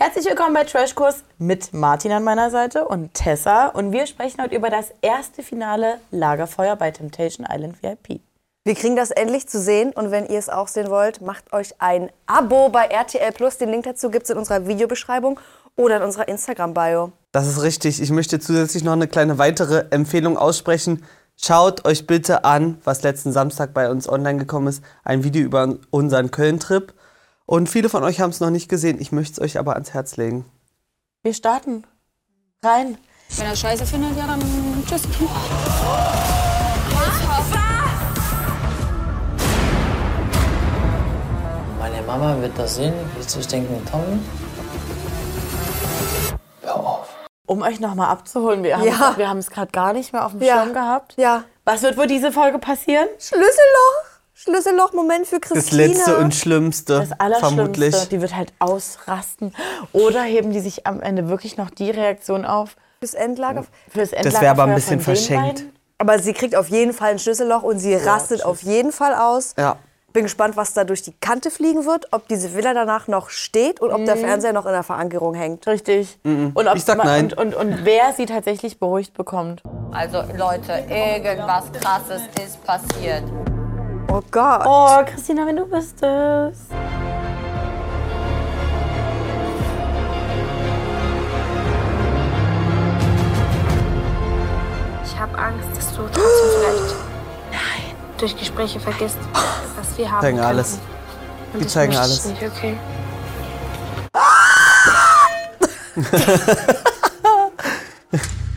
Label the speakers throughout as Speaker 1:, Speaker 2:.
Speaker 1: Herzlich willkommen bei Trashkurs mit Martin an meiner Seite und Tessa. Und wir sprechen heute über das erste Finale Lagerfeuer bei Temptation Island VIP.
Speaker 2: Wir kriegen das endlich zu sehen und wenn ihr es auch sehen wollt, macht euch ein Abo bei RTL Plus. Den Link dazu gibt es in unserer Videobeschreibung oder in unserer Instagram-Bio.
Speaker 3: Das ist richtig. Ich möchte zusätzlich noch eine kleine weitere Empfehlung aussprechen. Schaut euch bitte an, was letzten Samstag bei uns online gekommen ist, ein Video über unseren Köln-Trip. Und viele von euch haben es noch nicht gesehen. Ich möchte es euch aber ans Herz legen.
Speaker 1: Wir starten. Rein.
Speaker 4: Wenn er Scheiße findet, ja dann tschüss.
Speaker 5: Meine Mama wird das sehen, wird sich denken, Tom. Hör auf.
Speaker 1: Um euch nochmal abzuholen, wir haben
Speaker 2: Ja.
Speaker 1: wir haben es gerade gar nicht mehr auf dem
Speaker 2: Ja.
Speaker 1: Schirm gehabt.
Speaker 2: Ja.
Speaker 1: Was wird wohl diese Folge passieren?
Speaker 2: Schlüsselloch! Schlüsselloch, Moment für
Speaker 3: Das
Speaker 2: Christina.
Speaker 3: letzte und schlimmste,
Speaker 1: Das Allerschlimmste,
Speaker 3: vermutlich.
Speaker 1: die wird halt ausrasten. Oder heben die sich am Ende wirklich noch die Reaktion auf
Speaker 2: fürs Endlager.
Speaker 1: fürs Endlager.
Speaker 3: wäre aber ein bisschen verschenkt.
Speaker 2: Aber sie kriegt auf jeden Fall ein Schlüsselloch und sie rastet auf jeden Fall aus.
Speaker 3: Ja.
Speaker 2: Bin gespannt, was da durch die Kante fliegen wird, ob diese Villa danach noch steht und ob
Speaker 3: Mhm.
Speaker 2: der Fernseher noch in der Verankerung hängt.
Speaker 1: Richtig. Und ob
Speaker 3: Ich sag
Speaker 1: man-
Speaker 3: nein.
Speaker 1: Und, und, und wer sie tatsächlich beruhigt bekommt.
Speaker 6: Also Leute, irgendwas Krasses ist passiert.
Speaker 2: Oh Gott.
Speaker 1: Oh, Christina, wenn du bist es.
Speaker 7: Ich habe Angst, dass du trotzdem vielleicht durch Gespräche vergisst, was wir haben.
Speaker 3: Zeigen
Speaker 7: könnten.
Speaker 3: alles.
Speaker 7: Und
Speaker 3: Die
Speaker 7: das
Speaker 3: zeigen
Speaker 7: möchte
Speaker 3: alles.
Speaker 7: Ich nicht, okay.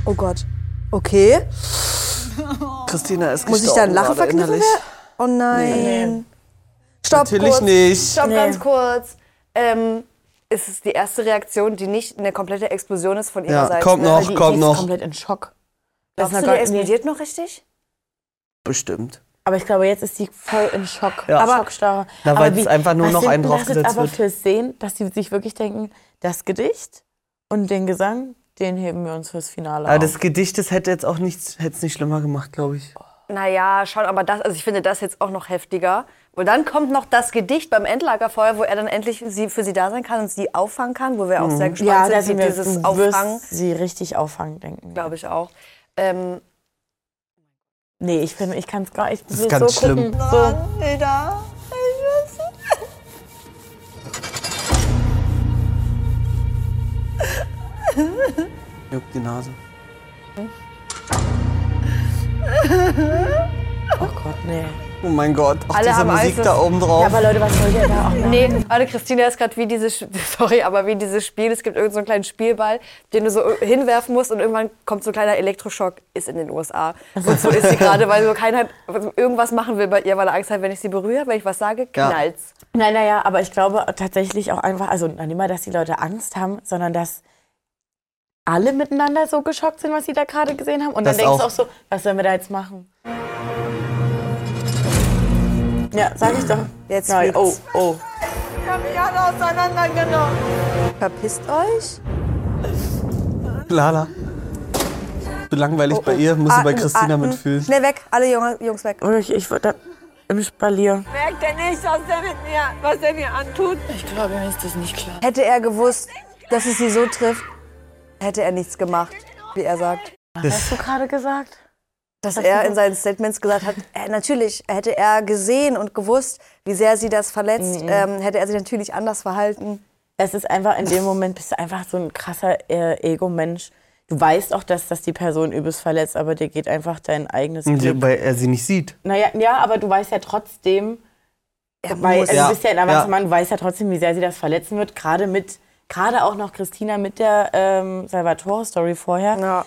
Speaker 2: Oh Gott. Okay.
Speaker 3: Christina ist
Speaker 2: Muss ich dann
Speaker 3: gestorben
Speaker 2: Lachen
Speaker 3: gerade
Speaker 2: verknüpfen?
Speaker 3: innerlich.
Speaker 2: Oh nein. Stopp
Speaker 3: Natürlich
Speaker 2: kurz.
Speaker 3: nicht.
Speaker 2: Stopp ganz kurz. Ähm, ist es die erste Reaktion, die nicht eine komplette Explosion ist von ihrer
Speaker 3: Ja,
Speaker 2: Seite?
Speaker 3: kommt
Speaker 2: ne?
Speaker 3: noch,
Speaker 1: Die,
Speaker 3: kommt
Speaker 1: die ist
Speaker 3: noch.
Speaker 1: komplett in Schock.
Speaker 2: Glaubst
Speaker 1: ist
Speaker 2: du,
Speaker 1: noch
Speaker 2: die
Speaker 1: gar-
Speaker 2: explodiert noch richtig?
Speaker 3: Bestimmt.
Speaker 1: Aber ich glaube, jetzt ist sie voll in Schock.
Speaker 3: Ja.
Speaker 1: Aber,
Speaker 3: Aber-
Speaker 1: Schockstarre.
Speaker 3: Na, weil
Speaker 1: Aber wie-
Speaker 3: es einfach nur
Speaker 1: was
Speaker 3: noch
Speaker 1: sind
Speaker 3: einen
Speaker 1: denn das jetzt
Speaker 3: draufgesetzt
Speaker 1: aber
Speaker 3: wird.
Speaker 1: fürs Sehen, dass sie sich wirklich denken, das Gedicht und den Gesang, den heben wir uns fürs Finale
Speaker 3: Aber
Speaker 1: auf.
Speaker 3: das Gedicht, das hätte jetzt auch nichts, hätte es nicht schlimmer gemacht, glaube ich.
Speaker 2: Naja, schon, aber das, also ich finde das jetzt auch noch heftiger. Und dann kommt noch das Gedicht beim Endlagerfeuer, wo er dann endlich sie, für sie da sein kann und sie auffangen kann, wo
Speaker 3: Mhm.
Speaker 2: wir auch sehr gespannt
Speaker 1: Ja,
Speaker 2: sind,
Speaker 1: da sind
Speaker 2: wie
Speaker 1: wir,
Speaker 2: dieses
Speaker 1: du wirst
Speaker 2: Auffangen,
Speaker 1: sie richtig auffangen denken.
Speaker 2: glaube ich auch. Ähm,
Speaker 1: Nee, ich bin, ich kann es gar nicht. Das
Speaker 3: ist ganz
Speaker 1: so
Speaker 3: schlimm.
Speaker 1: Gucken, so.
Speaker 3: Juckt die Nase.
Speaker 1: Oh Gott, nee.
Speaker 3: Oh mein Gott, auch
Speaker 2: Alle
Speaker 3: diese
Speaker 2: haben
Speaker 3: Musik
Speaker 2: Eis,
Speaker 3: da
Speaker 2: das-
Speaker 3: oben drauf.
Speaker 1: Aber Leute, was soll ich denn da auch machen?
Speaker 2: Nee, Alter, Christina ist gerade wie dieses, Sch- sorry, aber wie dieses Spiel. Es gibt irgendeinen so einen kleinen Spielball, den du so hinwerfen musst und irgendwann kommt so ein kleiner Elektroschock. Ist in den USA. Und so ist sie gerade, weil so keiner irgendwas machen will bei ihr, weil er Angst hat, wenn ich sie berühre, wenn ich was sage,
Speaker 3: Ja.
Speaker 2: knallt's.
Speaker 1: Nein, naja, aber ich glaube tatsächlich auch einfach, also nicht mal, dass die Leute Angst haben, sondern dass alle miteinander so geschockt sind, was sie da gerade gesehen haben. Und
Speaker 3: Das
Speaker 1: dann denkst du
Speaker 3: auch.
Speaker 1: auch so, was sollen wir da jetzt machen? Ja, sag ich doch.
Speaker 2: Jetzt
Speaker 1: Nein,
Speaker 2: fliegt's.
Speaker 1: oh, oh.
Speaker 2: Verpisst euch.
Speaker 3: Lala. So langweilig
Speaker 1: Oh,
Speaker 3: bei ihr, muss sie bei
Speaker 2: Atmen,
Speaker 3: Christina
Speaker 2: atmen.
Speaker 3: mitfühlen.
Speaker 2: Schnell weg, alle Junge, Jungs weg.
Speaker 1: Wirklich, Oh, Ich würde im Spalier.
Speaker 8: merkt er nicht, was er mit mir, was er mir antut.
Speaker 4: Ich glaube, mir ist das nicht klar.
Speaker 2: Hätte er gewusst, dass es sie so trifft, hätte er nichts gemacht, wie er sagt.
Speaker 1: Hast du gerade gesagt?
Speaker 2: Dass er in seinen Statements gesagt hat, äh, natürlich hätte er gesehen und gewusst, wie sehr sie das verletzt, ähm, hätte er sich natürlich anders verhalten.
Speaker 1: Es ist einfach, in dem Moment bist du einfach so ein krasser äh, Ego-Mensch. Du weißt auch, dass das die Person übelst verletzt, aber dir geht einfach dein eigenes Glück.
Speaker 3: Weil er äh, sie nicht sieht.
Speaker 1: Naja, ja, aber du weißt ja trotzdem, Weil also
Speaker 3: Ja,
Speaker 1: du bist ja ein erwachsener
Speaker 3: ja.
Speaker 1: Mann, du weißt ja trotzdem, wie sehr sie das verletzen wird. Gerade mit, gerade auch noch Christina mit der ähm, Salvatore-Story vorher.
Speaker 2: Ja.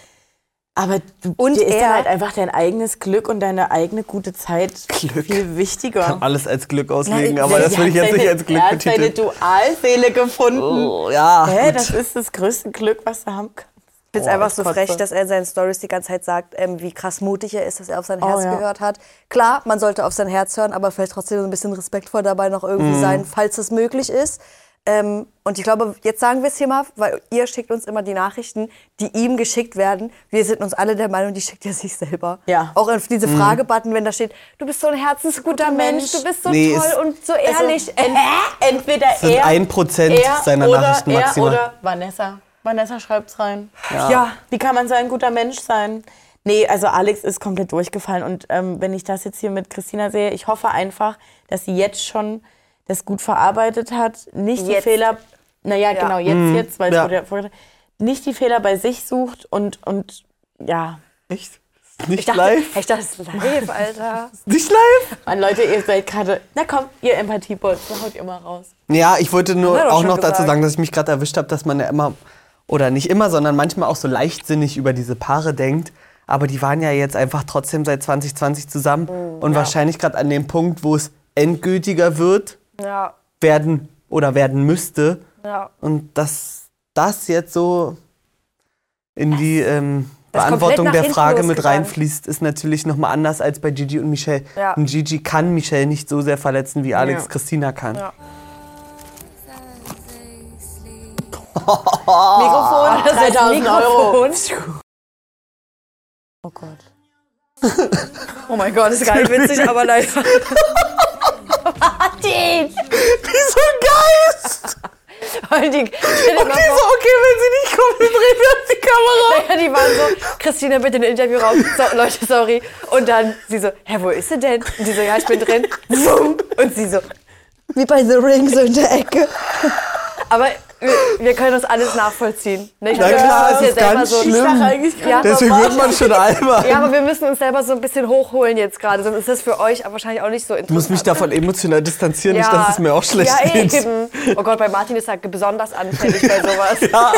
Speaker 1: Aber du,
Speaker 2: Und
Speaker 1: dir ist dann
Speaker 2: er-
Speaker 1: halt einfach dein eigenes Glück und deine eigene gute Zeit
Speaker 3: Glück.
Speaker 1: viel wichtiger.
Speaker 3: Alles als Glück auslegen,
Speaker 2: Nein,
Speaker 3: aber das
Speaker 1: Sie
Speaker 3: will ich
Speaker 1: hat
Speaker 3: jetzt
Speaker 1: seine-
Speaker 3: nicht als Glück
Speaker 1: er hat seine
Speaker 3: betiteln.
Speaker 1: Dualseele gefunden.
Speaker 3: Oh, ja,
Speaker 1: Hä,
Speaker 3: gut.
Speaker 1: das ist das größte Glück, was du haben kannst.
Speaker 2: Ich finde
Speaker 1: Boah,
Speaker 2: es einfach
Speaker 1: ich
Speaker 2: so
Speaker 1: kotze.
Speaker 2: frech, dass er in seinen Stories die ganze Zeit sagt, ähm, wie krass mutig er ist, dass er auf sein Herz
Speaker 1: Oh, ja.
Speaker 2: gehört hat. Klar,
Speaker 1: Mhm.
Speaker 2: man sollte auf sein Herz hören, aber vielleicht trotzdem so ein bisschen respektvoll dabei noch irgendwie sein, falls das möglich ist. Ähm, und ich glaube, jetzt sagen wir es hier mal, weil ihr schickt uns immer die Nachrichten, die ihm geschickt werden. Wir sind uns alle der Meinung, die schickt er sich selber.
Speaker 1: Ja. Mhm.
Speaker 2: Auch auf diese Frage-Button, wenn da steht, du bist so ein herzensguter Mensch, du bist so
Speaker 3: Nee, ist-
Speaker 2: toll und so ehrlich.
Speaker 1: also ent entweder
Speaker 3: sind
Speaker 1: er,
Speaker 3: 1%
Speaker 1: er
Speaker 3: seiner
Speaker 1: oder,
Speaker 3: Nachrichten
Speaker 1: er
Speaker 3: maximal.
Speaker 1: oder Vanessa. Vanessa schreibt's rein.
Speaker 2: ja. ja.
Speaker 1: Wie kann man so ein guter Mensch sein? Nee, also Alex ist komplett durchgefallen. Und ähm, wenn ich das jetzt hier mit Christina sehe, ich hoffe einfach, dass sie jetzt schon das gut verarbeitet hat, nicht
Speaker 2: Jetzt.
Speaker 1: die Fehler, naja, ja. genau, jetzt, jetzt, weil es
Speaker 3: Mhm. Ja.
Speaker 1: wurde ja vorgetragen, nicht die Fehler bei sich sucht und, und ja.
Speaker 3: Echt? Nicht
Speaker 2: Ich dachte,
Speaker 3: live?
Speaker 2: ich dachte, das ist live, Alter.
Speaker 3: Nicht live?
Speaker 1: Mann, Leute, ihr seid gerade, na komm, ihr Empathiebot, da haut ihr mal raus.
Speaker 3: Ja, ich wollte
Speaker 2: Haben wir
Speaker 3: nur
Speaker 2: doch
Speaker 3: auch
Speaker 2: schon
Speaker 3: noch dazu
Speaker 2: gesagt.
Speaker 3: sagen, dass ich mich gerade erwischt habe, dass man ja immer, oder nicht immer, sondern manchmal auch so leichtsinnig über diese Paare denkt. Aber die waren ja jetzt einfach trotzdem seit 2020 zusammen.
Speaker 1: Oh,
Speaker 3: und wahrscheinlich gerade an dem Punkt, wo es endgültiger wird,
Speaker 2: Ja,
Speaker 3: werden oder werden müsste.
Speaker 2: ja.
Speaker 3: Und dass das jetzt so in die ähm,
Speaker 2: Das ist komplett
Speaker 3: Beantwortung
Speaker 2: nach
Speaker 3: der
Speaker 2: hinten
Speaker 3: Frage mit
Speaker 2: losgegangen.
Speaker 3: reinfließt, ist natürlich nochmal anders als bei Gigi und Michelle.
Speaker 2: Ja.
Speaker 3: Und Gigi kann Michelle nicht so sehr verletzen, wie Alex
Speaker 1: Ja.
Speaker 3: Christina kann.
Speaker 2: Ja. Ah,
Speaker 1: Mikrofon, 3000 Euro. Oh Gott.
Speaker 2: Oh mein Gott, ist gar nicht witzig, aber leider.
Speaker 3: Wieso Geist?
Speaker 2: Weil die, stell dir mal
Speaker 3: Die so,
Speaker 2: vor,
Speaker 3: okay, wenn sie nicht kommt, dann drehen wir uns die Kamera.
Speaker 2: ja, die waren so, Christine, bitte in den Interviewraum. So, Leute, sorry. Und dann sie so, hä, wo ist sie denn? Und die so, ja, ich bin drin. Zoom. Und sie so, wie bei The Ring, so in der Ecke. Aber wir, wir können das alles nachvollziehen. Ne? Ich
Speaker 3: Na
Speaker 2: glaube,
Speaker 3: klar,
Speaker 2: das
Speaker 3: es ist
Speaker 2: jetzt selber
Speaker 3: ganz
Speaker 2: so-
Speaker 3: schlimm.
Speaker 1: Ich dachte eigentlich gerade
Speaker 2: Ja.
Speaker 1: noch-
Speaker 3: Deswegen wird man schon albern.
Speaker 2: Ja, aber wir müssen uns selber so ein bisschen hochholen jetzt gerade, sonst ist das für euch aber wahrscheinlich auch nicht so
Speaker 3: ich muss
Speaker 2: interessant. ne?
Speaker 3: mich davon emotional distanzieren, nicht,
Speaker 2: Ja.
Speaker 3: dass es mir auch schlecht
Speaker 2: ja,
Speaker 3: geht.
Speaker 2: Eben. Oh Gott, bei Martin ist er besonders anfällig bei sowas.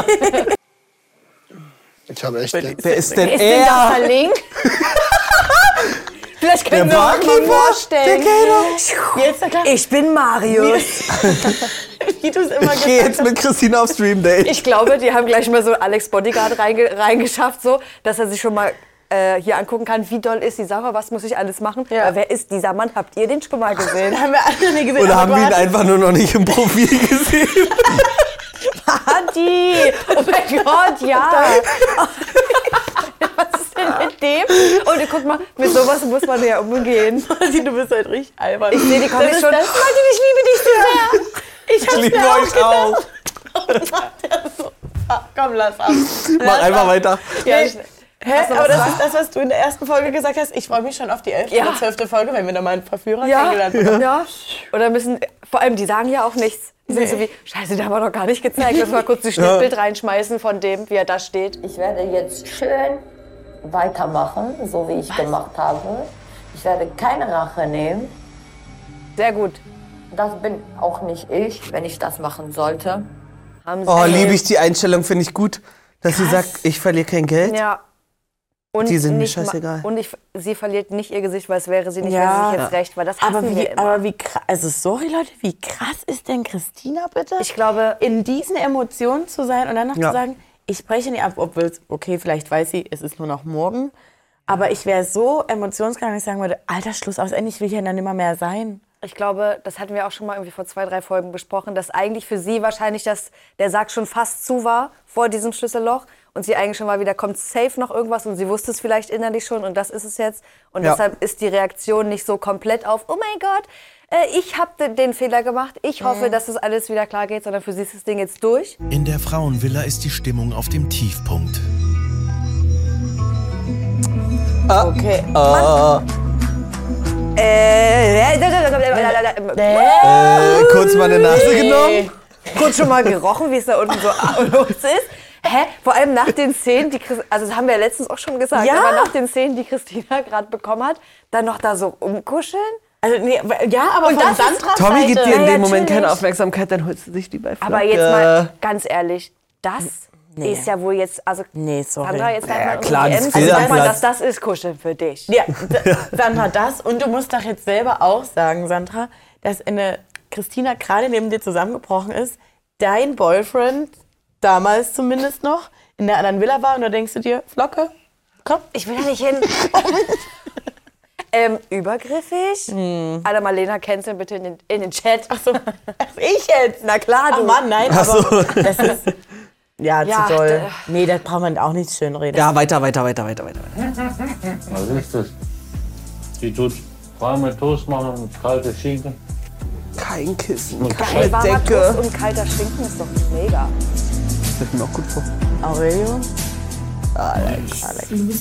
Speaker 9: Ich habe echt den,
Speaker 3: Wer ist denn
Speaker 2: Ist denn da
Speaker 3: er?
Speaker 2: verlinkt? Vielleicht
Speaker 3: Der
Speaker 2: können wir uns mal
Speaker 3: Barkeeper? Der
Speaker 2: vorstellen.
Speaker 3: Kellner?
Speaker 1: Jetzt, na klar,
Speaker 2: Ich bin Marius.
Speaker 1: wie du es immer
Speaker 3: Ich
Speaker 1: gesagt
Speaker 3: gehe jetzt mit Christina auf Stream Day.
Speaker 2: Ich glaube, die haben gleich mal so einen Alex Bodyguard reinge reingeschafft, so, dass er sich schon mal äh, hier angucken kann, wie doll ist die Sache, was muss ich alles machen.
Speaker 1: Ja.
Speaker 2: Weil wer ist dieser Mann? Habt ihr den schon mal gesehen?
Speaker 1: hast. Haben wir alle nie gesehen.
Speaker 3: Oder haben
Speaker 1: aber
Speaker 3: wir
Speaker 1: du
Speaker 3: ihn einfach nur noch nicht im Profil gesehen?
Speaker 2: Adi! Oh mein Gott, ja! Was ist denn mit dem? Und guck mal, mit sowas muss man ja umgehen.
Speaker 1: Martin, du bist halt richtig albern. Ich
Speaker 2: Nee, die kommen schon. Martin, ich liebe dich so sehr!
Speaker 1: Ich hab's
Speaker 3: Liebe
Speaker 1: mir auch
Speaker 3: euch
Speaker 1: gedacht.
Speaker 3: auch.
Speaker 1: Ah, komm, lass ab.
Speaker 3: Mach einfach weiter.
Speaker 1: Ja,
Speaker 2: Nee.
Speaker 1: ich- Hä? Aber das ist das, was du in der ersten Folge gesagt hast. Ich freue mich schon auf die 11.
Speaker 2: Ja.
Speaker 1: oder 12. Folge, wenn wir da mal einen Verführer
Speaker 2: Ja.
Speaker 1: kennengelernt haben.
Speaker 2: Ja. Oder müssen, vor allem, die sagen ja auch nichts. Die sind so wie, scheiße, da haben wir doch gar nicht gezeigt. Lass mal kurz das Schnittbild reinschmeißen von dem, wie er da steht.
Speaker 6: Ich werde jetzt schön weitermachen, so wie ich gemacht habe. Ich werde keine Rache nehmen.
Speaker 2: Sehr gut.
Speaker 6: Das bin auch nicht ich, wenn ich das machen sollte.
Speaker 2: Haben sie
Speaker 3: Oh, liebe ich die Einstellung, finde ich gut, dass sie sagt, ich verliere kein Geld.
Speaker 2: Ja. Und
Speaker 3: Die sind mir
Speaker 2: nicht ma-
Speaker 3: scheißegal.
Speaker 2: Und ich, sie verliert nicht ihr Gesicht, weil es wäre sie nicht, wenn
Speaker 1: Ja.
Speaker 2: sie sich jetzt recht, weil das hassen
Speaker 1: Aber
Speaker 2: wir
Speaker 1: wie,
Speaker 2: immer.
Speaker 1: aber wie krass, also sorry Leute, wie krass ist denn Christina bitte?
Speaker 2: Ich glaube-
Speaker 1: in diesen Emotionen zu sein und danach
Speaker 3: Ja.
Speaker 1: zu sagen, ich breche nie ab, obwohl, es- okay, vielleicht weiß sie, es ist nur noch morgen. Aber ich wäre so emotionskrank, dass ich sagen würde, alter Schluss aus, endlich will ich ja dann immer mehr sein.
Speaker 2: Ich glaube, das hatten wir auch schon mal irgendwie vor zwei, drei Folgen besprochen, dass eigentlich für sie wahrscheinlich das, der Sack schon fast zu war vor diesem Schlüsselloch und sie eigentlich schon mal wieder kommt safe noch irgendwas und sie wusste es vielleicht innerlich schon und das ist es jetzt. Und
Speaker 3: Ja.
Speaker 2: deshalb ist die Reaktion nicht so komplett auf, oh mein Gott, äh, ich habe den, den Fehler gemacht, ich hoffe, dass das alles wieder klar geht, sondern für sie ist das Ding jetzt durch.
Speaker 10: In der Frauenvilla ist die Stimmung auf dem Tiefpunkt.
Speaker 1: Okay.
Speaker 3: Äh, kurz meine Nase genommen.
Speaker 2: kurz schon mal gerochen, wie es da unten so los ist. Hä? Vor allem nach den Szenen, die Chris, also das haben wir ja letztens auch schon gesagt,
Speaker 1: Ja.
Speaker 2: aber nach den Szenen, die Christina gerade bekommen hat, dann noch da so umkuscheln.
Speaker 1: Also, nee, ja, aber von
Speaker 2: das ist-
Speaker 1: Sandra
Speaker 3: Tommy gibt dir in
Speaker 2: Ja,
Speaker 3: dem Moment
Speaker 2: natürlich.
Speaker 3: keine Aufmerksamkeit, Äh. dann holst du dich die bei Flocke.
Speaker 2: Aber jetzt mal ganz ehrlich, das
Speaker 1: Nee.
Speaker 2: ist ja wohl jetzt, also
Speaker 1: Nee, sorry.
Speaker 2: Sandra, jetzt sag
Speaker 3: Ja,
Speaker 2: mal,
Speaker 3: klar, das
Speaker 2: unsere
Speaker 3: will
Speaker 2: also
Speaker 3: am
Speaker 2: sag mal, dass
Speaker 3: Platz.
Speaker 2: das ist Kuscheln für dich.
Speaker 1: Ja, d- dann hat das. Und du musst doch jetzt selber auch sagen, Sandra, dass eine Christina gerade neben dir zusammengebrochen ist, dein Boyfriend, damals zumindest noch, in der anderen Villa war und da denkst du dir, Flocke, komm.
Speaker 2: Ich will da nicht hin. Ähm, übergriffig? Anna Marlena, cancel bitte in den, in den Chat.
Speaker 1: Ach so. Ach, ich jetzt?
Speaker 2: Na klar,
Speaker 1: Ach
Speaker 2: du.
Speaker 1: Mann, nein,
Speaker 3: Ach so.
Speaker 1: aber das ist. Ja,
Speaker 2: Ja,
Speaker 1: zu doll.
Speaker 2: da-
Speaker 1: Nee, das braucht man auch nicht schönreden.
Speaker 3: Ja, weiter, weiter, weiter, weiter, weiter.
Speaker 9: Was ist das? Die tut warme Toast machen mit kalte Schinken.
Speaker 3: Kein Kissen,
Speaker 2: Ey,
Speaker 3: keine
Speaker 2: warmer Toast
Speaker 3: Decke.
Speaker 2: und kalter Schinken ist doch mega.
Speaker 3: Das ist mir auch gut vor.
Speaker 1: Aurelio?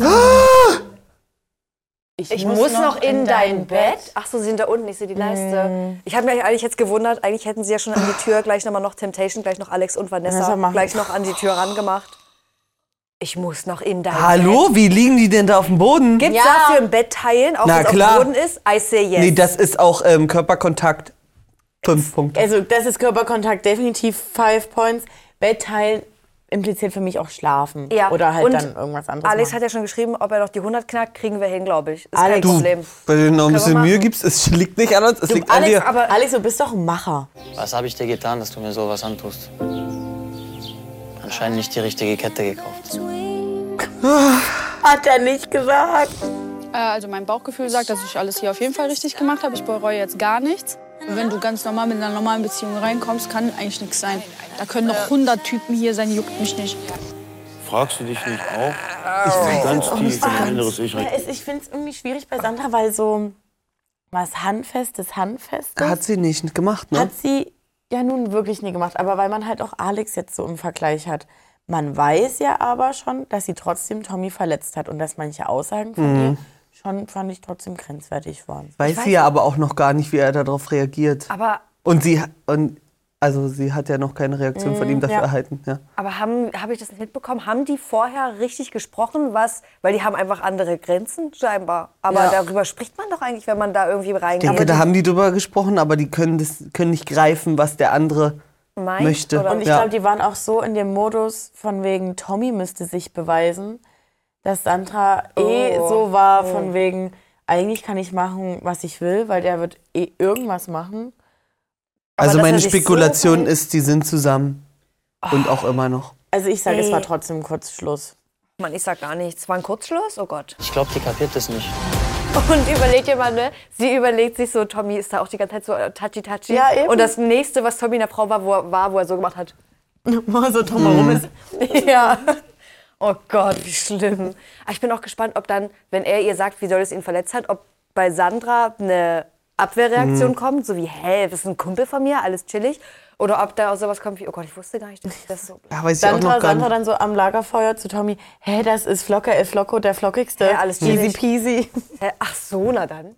Speaker 3: Ah!
Speaker 2: Ich muss, noch in dein Bett. Hm. Ach so, sie sind da unten, ich sehe die Leiste. Ich habe mich eigentlich jetzt gewundert, eigentlich hätten sie ja schon an die Tür gleich nochmal noch Temptation, gleich noch Alex und Vanessa,
Speaker 1: Vanessa machen.
Speaker 2: gleich noch an die Tür rangemacht. Ich muss noch in dein
Speaker 3: Hallo, wie liegen die denn da auf dem Boden?
Speaker 2: Bett. Gibt es dafür ein Bett teilen, auch
Speaker 3: Na
Speaker 2: wenn es auf
Speaker 3: klar.
Speaker 2: dem Boden ist? I say yes.
Speaker 3: Nee, das ist auch ähm, Körperkontakt. Fünf Punkte.
Speaker 1: Also, das ist Körperkontakt, definitiv five points. Bettteilen impliziert für mich auch schlafen.
Speaker 2: Ja,
Speaker 1: Oder halt
Speaker 2: und
Speaker 1: dann irgendwas anderes.
Speaker 2: Alex
Speaker 1: machen.
Speaker 2: hat ja schon geschrieben, ob er noch die 100 knackt, kriegen wir hin, glaube ich. Ist kein
Speaker 1: Alex, du-
Speaker 2: Problem.
Speaker 3: Weil du dir noch ein
Speaker 2: Können wir
Speaker 3: bisschen Mühe
Speaker 2: machen.
Speaker 3: gibst, es liegt nicht an uns, es liegt an
Speaker 1: Alex,
Speaker 3: dir.
Speaker 1: aber Alex, du bist doch ein Macher.
Speaker 5: Was habe ich dir getan, dass du mir sowas antust? Anscheinend nicht die richtige Kette gekauft.
Speaker 1: Hat er nicht gesagt.
Speaker 4: Äh, also mein Bauchgefühl sagt, dass ich alles hier auf jeden Fall richtig gemacht habe. Ich bereue jetzt gar nichts. Und wenn du ganz normal mit einer normalen Beziehung reinkommst, kann eigentlich nichts sein. Da können noch 100 Typen hier sein, juckt mich nicht.
Speaker 9: Fragst du dich nicht auch?
Speaker 6: Oh.
Speaker 9: Ich ganz tief ein inneres Ich.
Speaker 1: Ja, Ah, es- ich finde es irgendwie schwierig bei Sandra, weil so was Handfestes, Handfestes
Speaker 3: Hat sie nicht gemacht, ne?
Speaker 1: hat sie ja nun wirklich nie gemacht. Aber weil man halt auch Alex jetzt so im Vergleich hat. Man weiß ja aber schon, dass sie trotzdem Tommy verletzt hat und dass manche Aussagen von
Speaker 3: Mhm.
Speaker 1: ihr schon, fand ich, trotzdem grenzwertig waren.
Speaker 3: weiß sie ja aber auch noch gar nicht, wie er darauf reagiert.
Speaker 2: Aber,
Speaker 3: Und sie und also sie hat ja noch keine Reaktion von ihm dafür
Speaker 1: ja.
Speaker 3: erhalten. Ja.
Speaker 2: Mhm, aber habe hab ich das nicht mitbekommen? Haben die vorher richtig gesprochen? Was, weil die haben einfach andere Grenzen scheinbar. Aber
Speaker 1: Ja.
Speaker 2: darüber spricht man doch eigentlich, wenn man da irgendwie reingeht.
Speaker 3: Ich denke,
Speaker 2: Aber
Speaker 3: da haben die drüber gesprochen, aber die können das können nicht greifen, was der andere
Speaker 2: die meint,
Speaker 3: möchte.
Speaker 2: oder-
Speaker 1: Und ich
Speaker 3: Ja.
Speaker 1: glaube, die waren auch so in dem Modus von wegen, Tommy müsste sich beweisen, dass Sandra eh
Speaker 3: Oh.
Speaker 1: so war von wegen, eigentlich kann ich machen, was ich will, weil der wird eh irgendwas machen.
Speaker 2: dass
Speaker 3: also
Speaker 2: er
Speaker 3: meine
Speaker 2: sich so Oh.
Speaker 3: Spekulation
Speaker 2: verhält-
Speaker 3: ist, die sind zusammen und auch immer noch.
Speaker 1: Also ich sage, es
Speaker 2: Nee.
Speaker 1: war trotzdem kurz Schluss.
Speaker 2: Mann, ich sag gar nichts. War ein Kurzschluss? Oh Gott.
Speaker 5: Ich glaube, die kapiert das nicht.
Speaker 2: Und überlegt ihr mal, ne? Sie überlegt sich so, Tommy ist da auch die ganze Zeit so äh, touchy-touchy.
Speaker 1: Ja, eben.
Speaker 2: Und das nächste, was Tommy in der Frau war, wo er, war, wo er so gemacht hat.
Speaker 1: so drumherum ist.
Speaker 2: Ja. Oh Gott, wie schlimm. Aber Ich bin auch gespannt, ob dann, wenn er ihr sagt, wie doll es ihn verletzt hat, ob bei Sandra eine Abwehrreaktion
Speaker 1: Mhm.
Speaker 2: kommt, so wie, hä, das ist ein Kumpel von mir, alles chillig. Oder ob da auch sowas kommt wie, oh Gott, ich wusste gar nicht, dass ich das so.
Speaker 3: Ja, weiß ich auch
Speaker 1: Sandra,
Speaker 3: noch gar
Speaker 1: Sandra
Speaker 3: nicht.
Speaker 1: dann so am Lagerfeuer zu Tommy, hä, das ist Flocker, El Flocko, der Flockigste.
Speaker 2: Ja, alles
Speaker 1: Easy
Speaker 2: chillig.
Speaker 1: peasy.
Speaker 2: Hä, Ach so, na dann.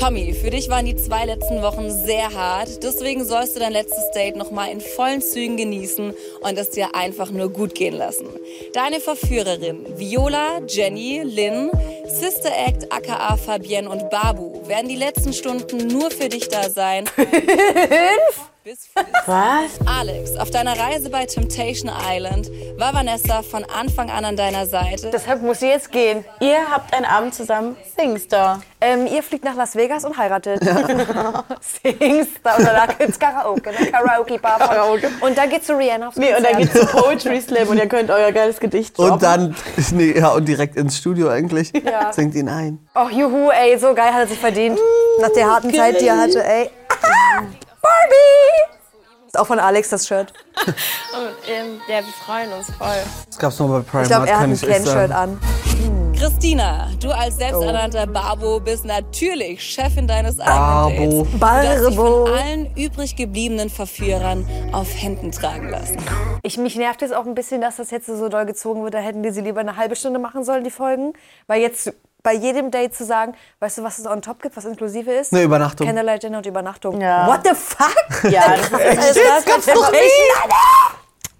Speaker 11: Tommy, für dich waren die zwei letzten Wochen sehr hart. Deswegen sollst du dein letztes Date nochmal in vollen Zügen genießen und es dir einfach nur gut gehen lassen. Deine Verführerin Viola, Jenny, Lynn, Sister Act, aka Fabienne und Babu werden die letzten Stunden nur für dich da sein. Bis
Speaker 1: Was?
Speaker 11: Alex, auf deiner Reise bei Temptation Island war Vanessa von Anfang an an deiner Seite.
Speaker 2: Deshalb muss sie jetzt gehen.
Speaker 1: Ihr habt einen Abend zusammen Singstar.
Speaker 2: Ähm, ihr fliegt nach Las Vegas und heiratet. Singst da und danach gibt's Karaoke, eine Karaoke-Bar. von-
Speaker 1: Karaoke.
Speaker 2: Und dann geht's zu Rihanna aufs
Speaker 1: Nee, und dann
Speaker 2: Konzert.
Speaker 1: geht's zu Poetry Slam und ihr könnt euer geiles Gedicht droppen.
Speaker 3: Und dann nee, ja und direkt ins Studio eigentlich. Singt ihn ein.
Speaker 2: Och, juhu, ey, so geil hat er sich verdient. Nach der harten Zeit, die er hatte, ey. Ah, Barbie! Ist auch von Alex das Shirt.
Speaker 1: ähm,
Speaker 4: ja, wir freuen uns voll.
Speaker 3: Das gab's nur bei Primark,
Speaker 2: Ich glaube, er hat
Speaker 3: kann
Speaker 2: ein
Speaker 3: ich echt
Speaker 2: Ken-Shirt
Speaker 3: sagen.
Speaker 2: an.
Speaker 11: Christina, du als selbsternannter Barbo bist natürlich Chefin deines
Speaker 3: Barbo.
Speaker 11: eigenen Dates. Du darfst dich
Speaker 2: Barbo.
Speaker 11: von allen übrig gebliebenen Verführern auf Händen tragen lassen.
Speaker 2: Ich, mich nervt jetzt auch ein bisschen, dass das jetzt so doll gezogen wird. Da hätten die sie lieber eine halbe Stunde machen sollen, die Folgen. Weil jetzt bei jedem Date zu sagen, weißt du, was es on top gibt, was inklusive ist?
Speaker 3: Eine Übernachtung.
Speaker 2: Candlelight Dinner und Übernachtung.
Speaker 1: Ja.
Speaker 2: What the fuck?
Speaker 1: Ja, das ist
Speaker 2: alles
Speaker 3: Das gab's doch nie.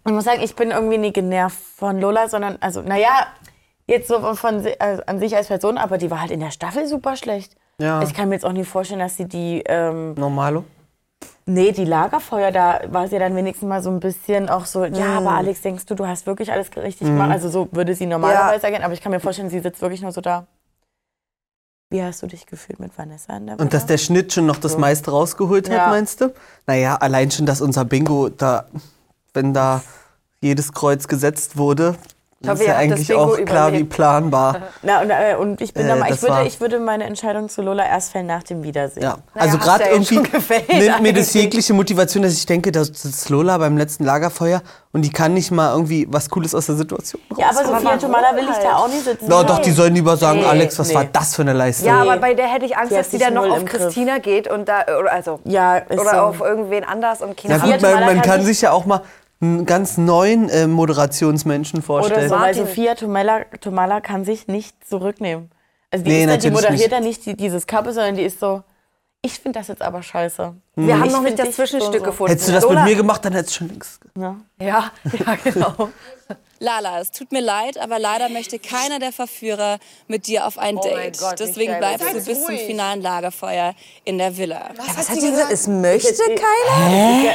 Speaker 1: Ich muss sagen, ich bin irgendwie nie genervt von Lola, sondern, also, naja, jetzt so von, von si- also an sich als Person, aber die war halt in der Staffel super schlecht.
Speaker 3: Ja.
Speaker 1: Ich kann mir jetzt auch nicht vorstellen, dass sie die, ähm,
Speaker 3: Normalo.
Speaker 1: nee, die Lagerfeuer, da war sie dann wenigstens mal so ein bisschen auch so, ja,
Speaker 3: Mhm.
Speaker 1: aber Alex, denkst du, du hast wirklich alles richtig gemacht? Also so würde sie normalerweise agieren, aber ich kann mir vorstellen, sie sitzt wirklich nur so da. Wie hast du dich gefühlt mit Vanessa in der
Speaker 3: Und dass der Schnitt schon noch das meiste rausgeholt hat,
Speaker 1: Ja.
Speaker 3: meinst du? Naja, allein schon, dass unser Bingo da, wenn da jedes Kreuz gesetzt wurde,
Speaker 2: Ich hoffe,
Speaker 3: Das ist
Speaker 2: ihr
Speaker 3: ja
Speaker 2: habt das
Speaker 3: eigentlich
Speaker 2: Bingo
Speaker 3: auch klar wie
Speaker 2: überlebt.
Speaker 3: planbar.
Speaker 1: Na, und, äh, und ich bin
Speaker 3: Äh,
Speaker 1: da mal, ich
Speaker 3: das war-
Speaker 1: würde, ich würde meine Entscheidung zu Lola erst fällen nach dem Wiedersehen.
Speaker 3: Ja. also gerade irgendwie nimmt mir das jegliche Motivation, dass ich denke, da sitzt Lola beim letzten Lagerfeuer und die kann nicht mal irgendwie was Cooles aus der Situation machen.
Speaker 1: Ja, aber so viel Tomala will ich da auch nicht sitzen.
Speaker 3: Na, doch, die sollen lieber sagen,
Speaker 1: Nee,
Speaker 3: Alex, was
Speaker 1: nee.
Speaker 3: war das für eine Leistung?
Speaker 2: Ja, aber bei der hätte ich Angst,
Speaker 1: Die hat
Speaker 2: dass die
Speaker 1: sich
Speaker 2: dann noch
Speaker 1: null
Speaker 2: auf
Speaker 1: im Griff.
Speaker 2: Christina geht und da, oder also,
Speaker 1: Ja, ist
Speaker 2: oder
Speaker 1: so.
Speaker 2: auf irgendwen anders und keine
Speaker 3: Na
Speaker 2: Ahnung.
Speaker 3: gut, man, man kann sich ja auch mal einen ganz neuen äh, Moderationsmenschen
Speaker 1: Oder
Speaker 3: vorstellen.
Speaker 1: so, weil Sophia Tomala, Tomala kann sich nicht zurücknehmen. Also die,
Speaker 3: Nee,
Speaker 1: ist dann, die
Speaker 3: natürlich
Speaker 1: moderiert
Speaker 3: nicht.
Speaker 1: dann nicht die, dieses Kappe, sondern die ist so, ich finde das jetzt aber scheiße.
Speaker 2: Wir
Speaker 3: Hm.
Speaker 2: haben
Speaker 1: Ich
Speaker 2: noch
Speaker 1: find
Speaker 2: nicht das
Speaker 1: dich
Speaker 2: Zwischenstück
Speaker 1: so-
Speaker 2: gefunden.
Speaker 3: Hättest du das
Speaker 2: Lola-
Speaker 3: mit mir gemacht, dann hättest du schon längst.
Speaker 2: Ja, ja, genau.
Speaker 11: Lala, es tut mir leid, aber leider möchte keiner der Verführer mit dir auf ein Date.
Speaker 2: Oh Gott, wie
Speaker 11: Deswegen
Speaker 2: geil.
Speaker 11: bleibst du
Speaker 2: Ganz
Speaker 11: bis zum
Speaker 2: ruhig.
Speaker 11: finalen Lagerfeuer in der Villa.
Speaker 2: Was hat sie gesagt? Es möchte keiner?
Speaker 1: Hä?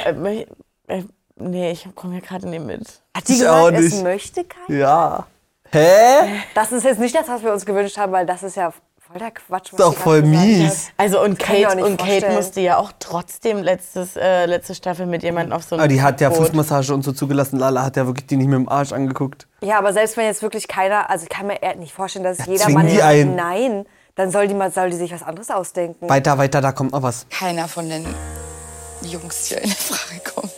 Speaker 1: Ich, äh, äh, nee, ich komme hier gerade nicht mit.
Speaker 2: Hat die
Speaker 3: Ich auch
Speaker 2: gesagt, es
Speaker 3: nicht.
Speaker 2: möchte keiner?
Speaker 3: Ja. Hä?
Speaker 2: Das ist jetzt nicht das, was wir uns gewünscht haben, weil das ist ja voll der Quatsch. Was
Speaker 3: Ist doch
Speaker 2: die
Speaker 3: voll
Speaker 2: gerade gesagt
Speaker 3: mies.
Speaker 1: Also und
Speaker 2: kann ich mir auch
Speaker 1: Kate,
Speaker 2: nicht
Speaker 1: und Kate
Speaker 2: vorstellen.
Speaker 1: musste ja auch trotzdem letztes, äh, letzte Staffel mit jemandem auf so ein
Speaker 3: Aber Ah, die hat ja
Speaker 1: Boot.
Speaker 3: Fußmassage und so zugelassen. Lala hat ja wirklich die nicht mit dem Arsch angeguckt.
Speaker 2: hat. Ja, aber selbst wenn jetzt wirklich keiner, also ich kann mir eher nicht vorstellen, dass jeder
Speaker 3: zwingen
Speaker 2: Mann
Speaker 3: die
Speaker 2: sagt,
Speaker 3: ein.
Speaker 2: nein, dann soll die, mal, soll die sich was anderes ausdenken.
Speaker 3: Weiter, weiter, da kommt noch was.
Speaker 11: Keiner von den Jungs hier in Frage kommt.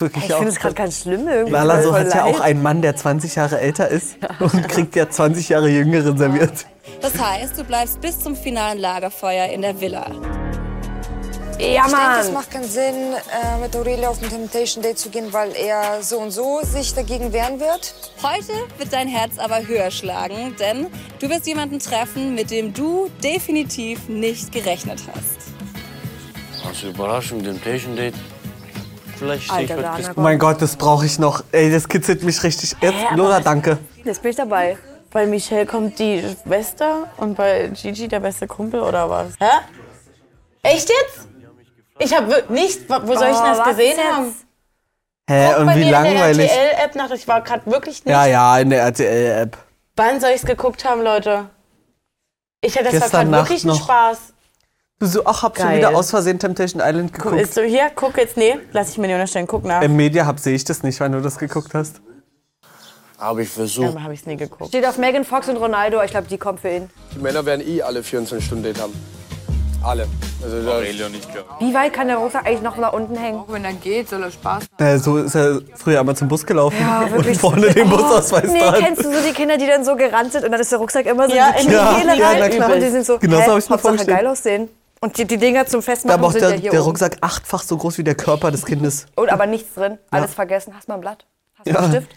Speaker 3: Wirklich
Speaker 2: Ich
Speaker 3: auch.
Speaker 2: finde es gerade ganz schlimm irgendwie.
Speaker 3: Lala, so
Speaker 2: Voll
Speaker 3: hat ja
Speaker 2: leid.
Speaker 3: auch einen Mann, der 20 Jahre älter ist und kriegt ja 20 Jahre Jüngeren serviert.
Speaker 11: Das heißt, du bleibst bis zum finalen Lagerfeuer in der Villa.
Speaker 2: Ja, Mann.
Speaker 12: Es macht keinen Sinn, äh, mit Aurelia auf ein Temptation Date zu gehen, weil er so und so sich dagegen wehren wird.
Speaker 11: Heute wird dein Herz aber höher schlagen, denn du wirst jemanden treffen, mit dem du definitiv nicht gerechnet hast.
Speaker 13: Also überraschend, dem Temptation Date. Vielleicht stehe ich
Speaker 2: Alter,
Speaker 13: heute
Speaker 2: Dana,
Speaker 13: bis
Speaker 3: Oh mein Gott, das brauche ich noch. Ey, das kitzelt mich richtig. Jetzt, Lola, danke.
Speaker 2: Jetzt bin ich dabei.
Speaker 1: Bei Michelle kommt die Schwester und bei Gigi der beste Kumpel oder was? Hä? Echt jetzt? Ich habe nicht, wo wo soll ich
Speaker 2: Oh,
Speaker 1: denn das
Speaker 2: was
Speaker 1: gesehen
Speaker 2: jetzt?
Speaker 1: haben?
Speaker 3: Hä,
Speaker 1: Bei
Speaker 3: Äh, und
Speaker 1: mir
Speaker 3: wie langweilig.
Speaker 1: in der RTL-App nach, ich war gerade wirklich nicht.
Speaker 3: Ja, ja, in der RTL-App.
Speaker 1: Wann soll ich es geguckt haben, Leute? Ich hätte das war
Speaker 3: Gestern
Speaker 1: gerade
Speaker 3: Nacht
Speaker 1: wirklich ein
Speaker 3: noch.
Speaker 1: Spaß.
Speaker 3: Du so, ach, hab schon
Speaker 1: Geil.
Speaker 3: wieder aus Versehen Temptation Island geguckt.
Speaker 1: Ist so hier, guck jetzt, nee, lass ich mir nicht unterstellen, ne? guck nach.
Speaker 3: Im Media Hub sehe ich das nicht, wann du das geguckt hast.
Speaker 13: Habe ich versucht.
Speaker 1: habe ich es nie geguckt.
Speaker 2: Steht auf Megan Fox und Ronaldo. Ich glaube, die kommt für ihn.
Speaker 14: Die Männer werden eh alle 24 Stunden Date haben. Alle. Also da Aurelio nicht, glaube
Speaker 2: Wie weit kann der Rucksack eigentlich noch nach unten hängen? Auch wenn er geht, soll er Spaß
Speaker 3: Äh, so ist er früher einmal zum Bus gelaufen
Speaker 2: Ja,
Speaker 3: und
Speaker 2: wirklich.
Speaker 3: vorne den Busausweis
Speaker 2: Nee,
Speaker 3: dran.
Speaker 2: kennst du so die Kinder, die dann so gerannt sind und dann ist der Rucksack immer so
Speaker 1: Ja,
Speaker 2: in
Speaker 1: in
Speaker 2: die
Speaker 1: die
Speaker 2: Kehle
Speaker 1: Kehle
Speaker 2: rein
Speaker 1: Ja, na klar.
Speaker 2: und die sind so,
Speaker 3: Genau so
Speaker 2: hä,
Speaker 3: hab ich's mir
Speaker 2: Hauptsache
Speaker 3: vorgestellt.
Speaker 2: geil aussehen. Und die, die Dinger zum
Speaker 3: Da
Speaker 2: Festmachen
Speaker 3: braucht
Speaker 2: sind
Speaker 3: der,
Speaker 2: ja hier
Speaker 3: der
Speaker 2: oben.
Speaker 3: Rucksack achtfach so groß wie der Körper des Kindes.
Speaker 2: Und aber nichts drin, alles vergessen. Hast mal ein Blatt? Hast mal
Speaker 3: Ja.
Speaker 2: einen Stift?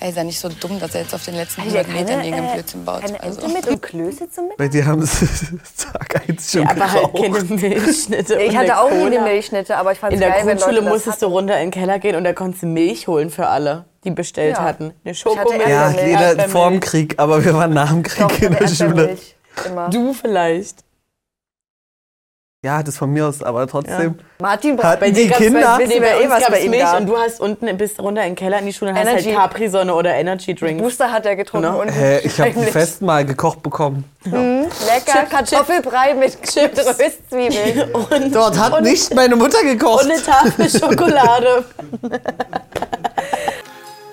Speaker 11: Ey, sei nicht so dumm, dass er jetzt auf den letzten
Speaker 2: Hat der
Speaker 11: 100 Metern
Speaker 2: keine,
Speaker 11: irgendeinen
Speaker 2: äh,
Speaker 11: Blödsinn baut.
Speaker 2: keine Ente
Speaker 11: Also.
Speaker 2: mit und Klöße zum Mit?
Speaker 3: Bei dir haben sie Tag eins schon
Speaker 1: Ja, aber halt
Speaker 3: geraucht.
Speaker 1: keine Milchschnitte.
Speaker 2: Ich
Speaker 1: und
Speaker 2: hatte
Speaker 1: eine
Speaker 2: auch nie
Speaker 1: Cola.
Speaker 2: eine Milchschnitte, aber ich fand
Speaker 1: In
Speaker 2: es
Speaker 1: der
Speaker 2: geil, wenn Leute
Speaker 1: Grundschule
Speaker 2: das
Speaker 1: musstest du runter in den Keller gehen und da konntest du Milch holen für alle, die bestellt
Speaker 2: Ja.
Speaker 1: hatten. Eine
Speaker 2: hatte
Speaker 1: Schokomilch.
Speaker 3: Ja,
Speaker 2: Erdbeermilch.
Speaker 3: jeder vor dem Krieg, aber wir waren nach dem Krieg
Speaker 2: Doch,
Speaker 3: in der
Speaker 2: Erdbeermilch.
Speaker 3: Schule.
Speaker 2: Immer.
Speaker 1: Du vielleicht.
Speaker 3: Ja, das von mir aus, aber trotzdem.
Speaker 2: Martin braucht
Speaker 3: Hatten die Kinder?
Speaker 1: Nee,
Speaker 2: wissen
Speaker 1: bei
Speaker 2: wir eh,
Speaker 1: uns
Speaker 2: was
Speaker 1: gab's
Speaker 2: bei ihm
Speaker 1: Milch und
Speaker 2: gab.
Speaker 1: du hast unten bist runter in den Keller in die Schule und hast
Speaker 2: Energy.
Speaker 1: halt Capri-Sonne oder Energy-Drinks.
Speaker 2: Booster hat er getrunken
Speaker 1: Ne?
Speaker 2: und
Speaker 3: Hä, Äh, ich habe ein
Speaker 2: Heimlich.
Speaker 3: Festmahl gekocht bekommen.
Speaker 2: Mhm, lecker Kartoffelbrei mit Röstzwiebeln.
Speaker 1: Und,
Speaker 3: Dort hat nicht meine Mutter gekocht.
Speaker 1: und eine Tafel Schokolade.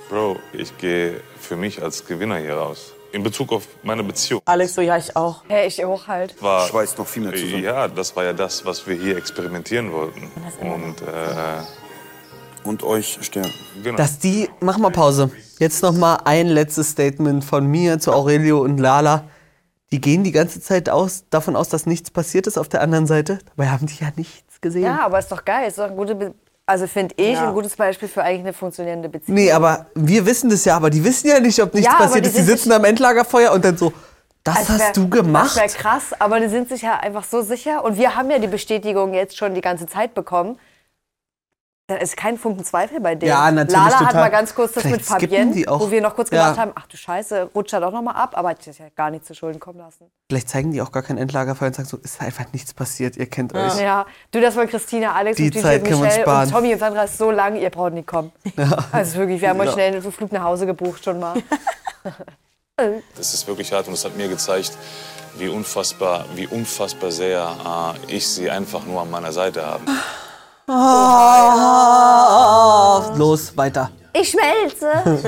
Speaker 15: Bro, ich gehe für mich als Gewinner hier raus. In Bezug auf meine Beziehung.
Speaker 1: Alex, so ja, ich auch.
Speaker 2: Hä, ich auch halt.
Speaker 15: War, Schweißt noch viel mehr zusammen. Ja, das war ja das, was wir hier experimentieren wollten. Und, äh, Und euch stärken. Genau.
Speaker 3: Dass die, mach mal Pause. Jetzt noch mal ein letztes Statement von mir zu Aurelio und Lala. Die gehen die ganze Zeit aus, davon aus, dass nichts passiert ist auf der anderen Seite. Dabei haben die ja nichts gesehen.
Speaker 2: Ja, aber ist doch geil. Ist doch ein gute Be also finde ich
Speaker 3: Ja.
Speaker 2: ein gutes Beispiel für eigentlich eine funktionierende Beziehung.
Speaker 3: Nee, aber wir wissen das ja, aber die wissen ja nicht, ob nichts
Speaker 2: Ja, aber
Speaker 3: passiert
Speaker 2: die
Speaker 3: ist. Die
Speaker 2: sind
Speaker 3: sitzen am Endlagerfeuer und dann so, das
Speaker 2: Also
Speaker 3: hast
Speaker 2: wär-
Speaker 3: du gemacht.
Speaker 2: Das wäre krass, aber die sind sich ja einfach so sicher. Und wir haben ja die Bestätigung jetzt schon die ganze Zeit bekommen. Da ist kein Funken Zweifel bei denen.
Speaker 3: Ja, natürlich,
Speaker 2: Lala hat
Speaker 3: total.
Speaker 2: mal ganz kurz das mit
Speaker 3: Vielleicht skippen
Speaker 2: Fabienne,
Speaker 3: die auch.
Speaker 2: wo wir noch kurz
Speaker 3: Ja.
Speaker 2: gedacht haben, ach du Scheiße, rutscht halt auch noch mal ab, aber hat sich ja gar nicht zu Schulden kommen lassen.
Speaker 3: Vielleicht zeigen die auch gar kein Endlagerfeuer und sagen so, ist einfach nichts passiert, ihr kennt
Speaker 2: Ja.
Speaker 3: euch.
Speaker 2: du, das war Christina, Alex
Speaker 3: Die
Speaker 2: und DJ,
Speaker 3: Zeit können wir uns
Speaker 2: Michelle
Speaker 3: sparen.
Speaker 2: und Tommy und Sandra ist so lange, ihr braucht nicht kommen. Also wirklich, wir haben euch
Speaker 15: Ja.
Speaker 2: schnell einen Flug nach Hause gebucht schon mal.
Speaker 15: Das ist wirklich hart und das hat mir gezeigt, wie unfassbar, wie unfassbar sehr äh, ich sie einfach nur an meiner Seite habe.
Speaker 3: Ah, Los, weiter.
Speaker 2: Ich schmelze.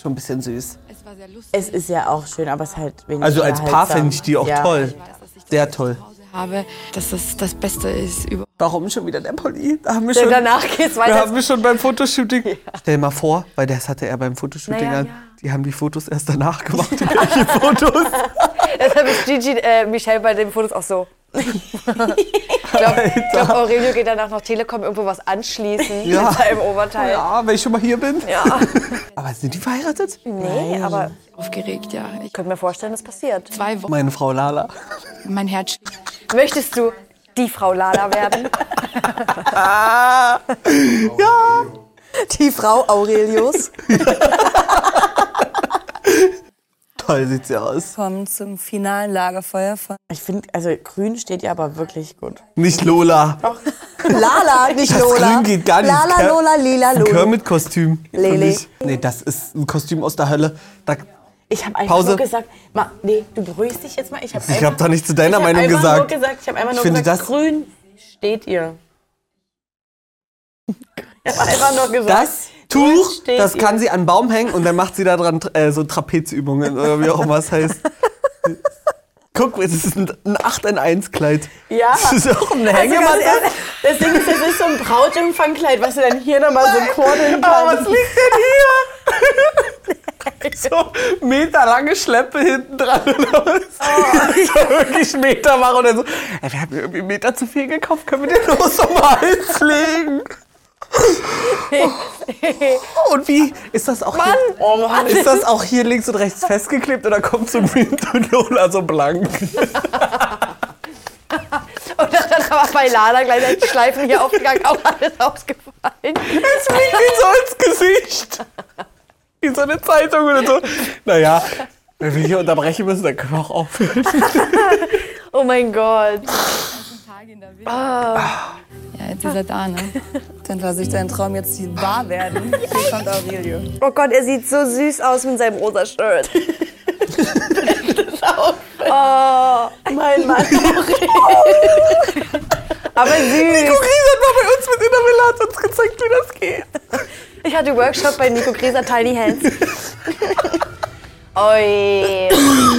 Speaker 3: Schon ein bisschen süß.
Speaker 1: Es ist ja auch schön, aber es ist halt wenig
Speaker 3: Also als Paar
Speaker 1: unterhaltsam.
Speaker 3: finde ich die auch
Speaker 1: ja.
Speaker 3: toll. Sehr toll.
Speaker 16: habe, dass das das Beste ist über.
Speaker 3: Warum schon wieder der Poli? Da haben wir
Speaker 16: Denn
Speaker 2: Äh,
Speaker 3: schon,
Speaker 16: danach geht's weiter.
Speaker 3: Wir haben wir schon beim Fotoshooting. Stell dir mal vor, weil das hatte er beim Fotoshooting
Speaker 2: Naja,
Speaker 3: an.
Speaker 2: ja.
Speaker 3: Die haben die Fotos erst danach gemacht.
Speaker 2: Deshalb ist Gigi, äh, Michelle bei den Fotos auch so. Ich glaube, Aurelio geht danach noch Telekom irgendwo was anschließen
Speaker 3: Ja.
Speaker 2: mit seinem Oberteil.
Speaker 3: ja, wenn ich schon mal hier bin.
Speaker 2: Ja.
Speaker 3: Aber sind die verheiratet?
Speaker 2: Nee, aber
Speaker 16: aufgeregt, ja.
Speaker 2: Ich könnte mir vorstellen, das passiert.
Speaker 16: Zwei Wochen.
Speaker 3: Meine Frau Lala.
Speaker 16: Mein Herz.
Speaker 2: Möchtest du die Frau Lala werden?
Speaker 16: ja.
Speaker 2: Die Frau Aurelius.
Speaker 3: Toll sieht sie aus.
Speaker 11: Kommen zum finalen Lagerfeuer von.
Speaker 1: Ich finde, also grün steht ja aber wirklich gut.
Speaker 3: Nicht Lola.
Speaker 1: Lala,
Speaker 3: das Grün geht gar nicht. Kerl- Ein Kermit-Kostüm. für
Speaker 1: Lele.
Speaker 3: mich. Nee, das ist ein Kostüm aus der Hölle. Da,
Speaker 1: Ich habe einfach
Speaker 3: Pause.
Speaker 1: nur gesagt, ma, nee, du beruhigst dich jetzt mal. Ich habe
Speaker 3: Ich hab doch nicht zu deiner Meinung gesagt.
Speaker 1: Nur gesagt. Ich habe einfach
Speaker 3: Ich
Speaker 1: nur
Speaker 3: finde
Speaker 1: gesagt,
Speaker 3: das-
Speaker 1: grün steht ihr. Ich habe einfach nur gesagt,
Speaker 3: das Tuch,
Speaker 1: steht
Speaker 3: das kann
Speaker 1: ihr.
Speaker 3: sie an einen Baum hängen und dann macht sie da dran äh, so Trapezübungen oder wie auch immer es heißt. Guck, das ist ein, ein 8 in 1 Kleid.
Speaker 1: Ja.
Speaker 3: Das ist auch eine Hängematte.
Speaker 1: Also ganz ehrlich, das Ding ist, das ist so ein Brautempfangkleid, was du dann hier nochmal so kurdeln kannst.
Speaker 3: Aber was liegt denn hier? so meterlange Schleppe hinten dran oder was?
Speaker 1: Oh.
Speaker 3: So wirklich Meter machen oder so. Ey, wir haben irgendwie einen Meter zu viel gekauft, können wir den los um den Hals legen? Oh, Und wie ist das auch
Speaker 2: Mann!
Speaker 3: hier?
Speaker 2: Oh Mann.
Speaker 3: Ist das auch hier links und rechts festgeklebt oder kommt so Mint und Lola so blank?
Speaker 2: Und dann war bei Lala gleich die Schleifen hier aufgegangen, auch alles ausgefallen.
Speaker 3: Es fliegt ihm so ins Gesicht. Wie so eine Zeitung oder so. Naja, wenn wir hier unterbrechen müssen, dann können wir auch aufhören.
Speaker 2: Oh mein Gott.
Speaker 11: Ah.
Speaker 16: Ja, jetzt ist er da, ne?
Speaker 11: Dann lasse ich deinen Traum jetzt hier wahr werden. Hier kommt Aurelio.
Speaker 2: Oh Gott, er sieht so süß aus mit seinem rosa Shirt. oh, mein Mann. Aber süß.
Speaker 3: Nico Ries hat mal bei uns mit in der Villa hat uns gezeigt, wie das geht.
Speaker 2: Ich hatte Workshop bei Nico Gräser Tiny Hands. Oi.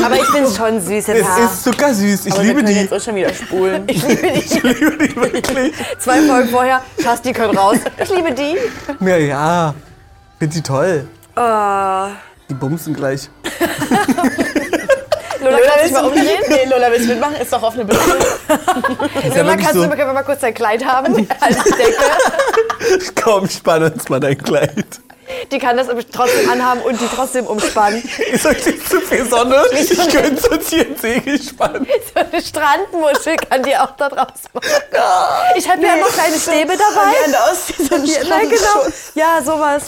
Speaker 2: Aber ich bin schon süß im Haar.
Speaker 3: zuckersüß. Ich liebe die.
Speaker 1: Jetzt auch schon wieder spulen.
Speaker 2: Ich liebe die. Ich
Speaker 3: liebe die wirklich.
Speaker 2: Zwei Folgen vorher, Schatz, die können raus. Ich liebe die.
Speaker 3: Ja, ja. Find die toll.
Speaker 2: Oh.
Speaker 3: Die bumsen gleich.
Speaker 2: Lola,
Speaker 1: Lola, willst
Speaker 2: kannst du dich mal
Speaker 1: du
Speaker 2: umdrehen?
Speaker 1: mitmachen? Nee, Lola, willst du mitmachen? Ist doch auf eine Bühne.
Speaker 3: Ist ja
Speaker 2: Lola,
Speaker 3: wirklich
Speaker 2: kannst
Speaker 3: so,
Speaker 2: du können wir mal kurz dein Kleid haben? Als Decke.
Speaker 3: komm, spann uns mal dein Kleid.
Speaker 2: Die kann das trotzdem anhaben und die trotzdem umspannen.
Speaker 3: Ist euch nicht zu viel Sonne? Ich könnte sonst hier einen Segel spannen.
Speaker 2: So eine Strandmuschel kann die auch da draus machen. Ich habe ja immer kleine Stäbe dabei.
Speaker 1: Die aussieht wie so ein
Speaker 2: Ja, genau. Ja, sowas.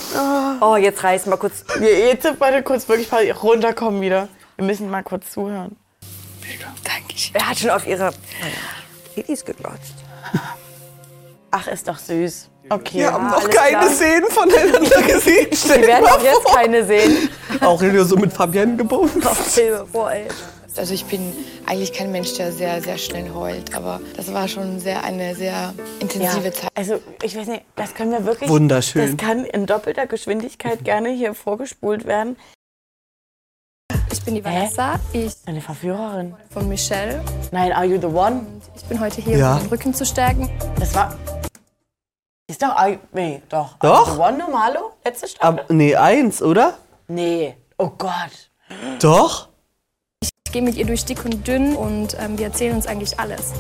Speaker 2: Oh, jetzt reiß mal kurz.
Speaker 1: Jetzt warte kurz wirklich mal runterkommen wieder. Wir müssen mal kurz zuhören.
Speaker 2: Er hat schon auf ihre Ladies geglatscht.
Speaker 1: Ach, ist doch süß. Okay.
Speaker 3: Wir haben noch
Speaker 1: alles
Speaker 3: keine
Speaker 1: klar.
Speaker 3: Szenen voneinander gesehen. Stell
Speaker 2: Wir
Speaker 3: dir
Speaker 2: werden
Speaker 3: mal
Speaker 2: auch jetzt
Speaker 3: vor.
Speaker 2: keine sehen.
Speaker 3: Aurelio so mit Fabienne gebumst.
Speaker 2: Boah, ey.
Speaker 16: Also ich bin eigentlich kein Mensch, der sehr, sehr schnell heult, aber das war schon sehr eine sehr intensive Zeit.
Speaker 1: Also, ich weiß nicht, das können wir wirklich.
Speaker 3: Wunderschön.
Speaker 1: Das kann in doppelter Geschwindigkeit gerne hier vorgespult werden.
Speaker 16: Ich bin die Vanessa, ich
Speaker 1: Eine Verführerin.
Speaker 16: von Michelle.
Speaker 1: Nein, are you the one?
Speaker 16: Ich bin heute hier,
Speaker 1: Ja.
Speaker 16: um den Rücken zu stärken.
Speaker 1: Das war. Ist doch. Are you, nee, doch.
Speaker 3: Doch.
Speaker 1: Are you the one normalo? Letzte Staffel?
Speaker 3: Ab, nee, eins, oder?
Speaker 1: Nee. Oh Gott.
Speaker 3: Doch?
Speaker 16: Ich gehe mit ihr durch dick und dünn und ähm, wir erzählen uns eigentlich alles.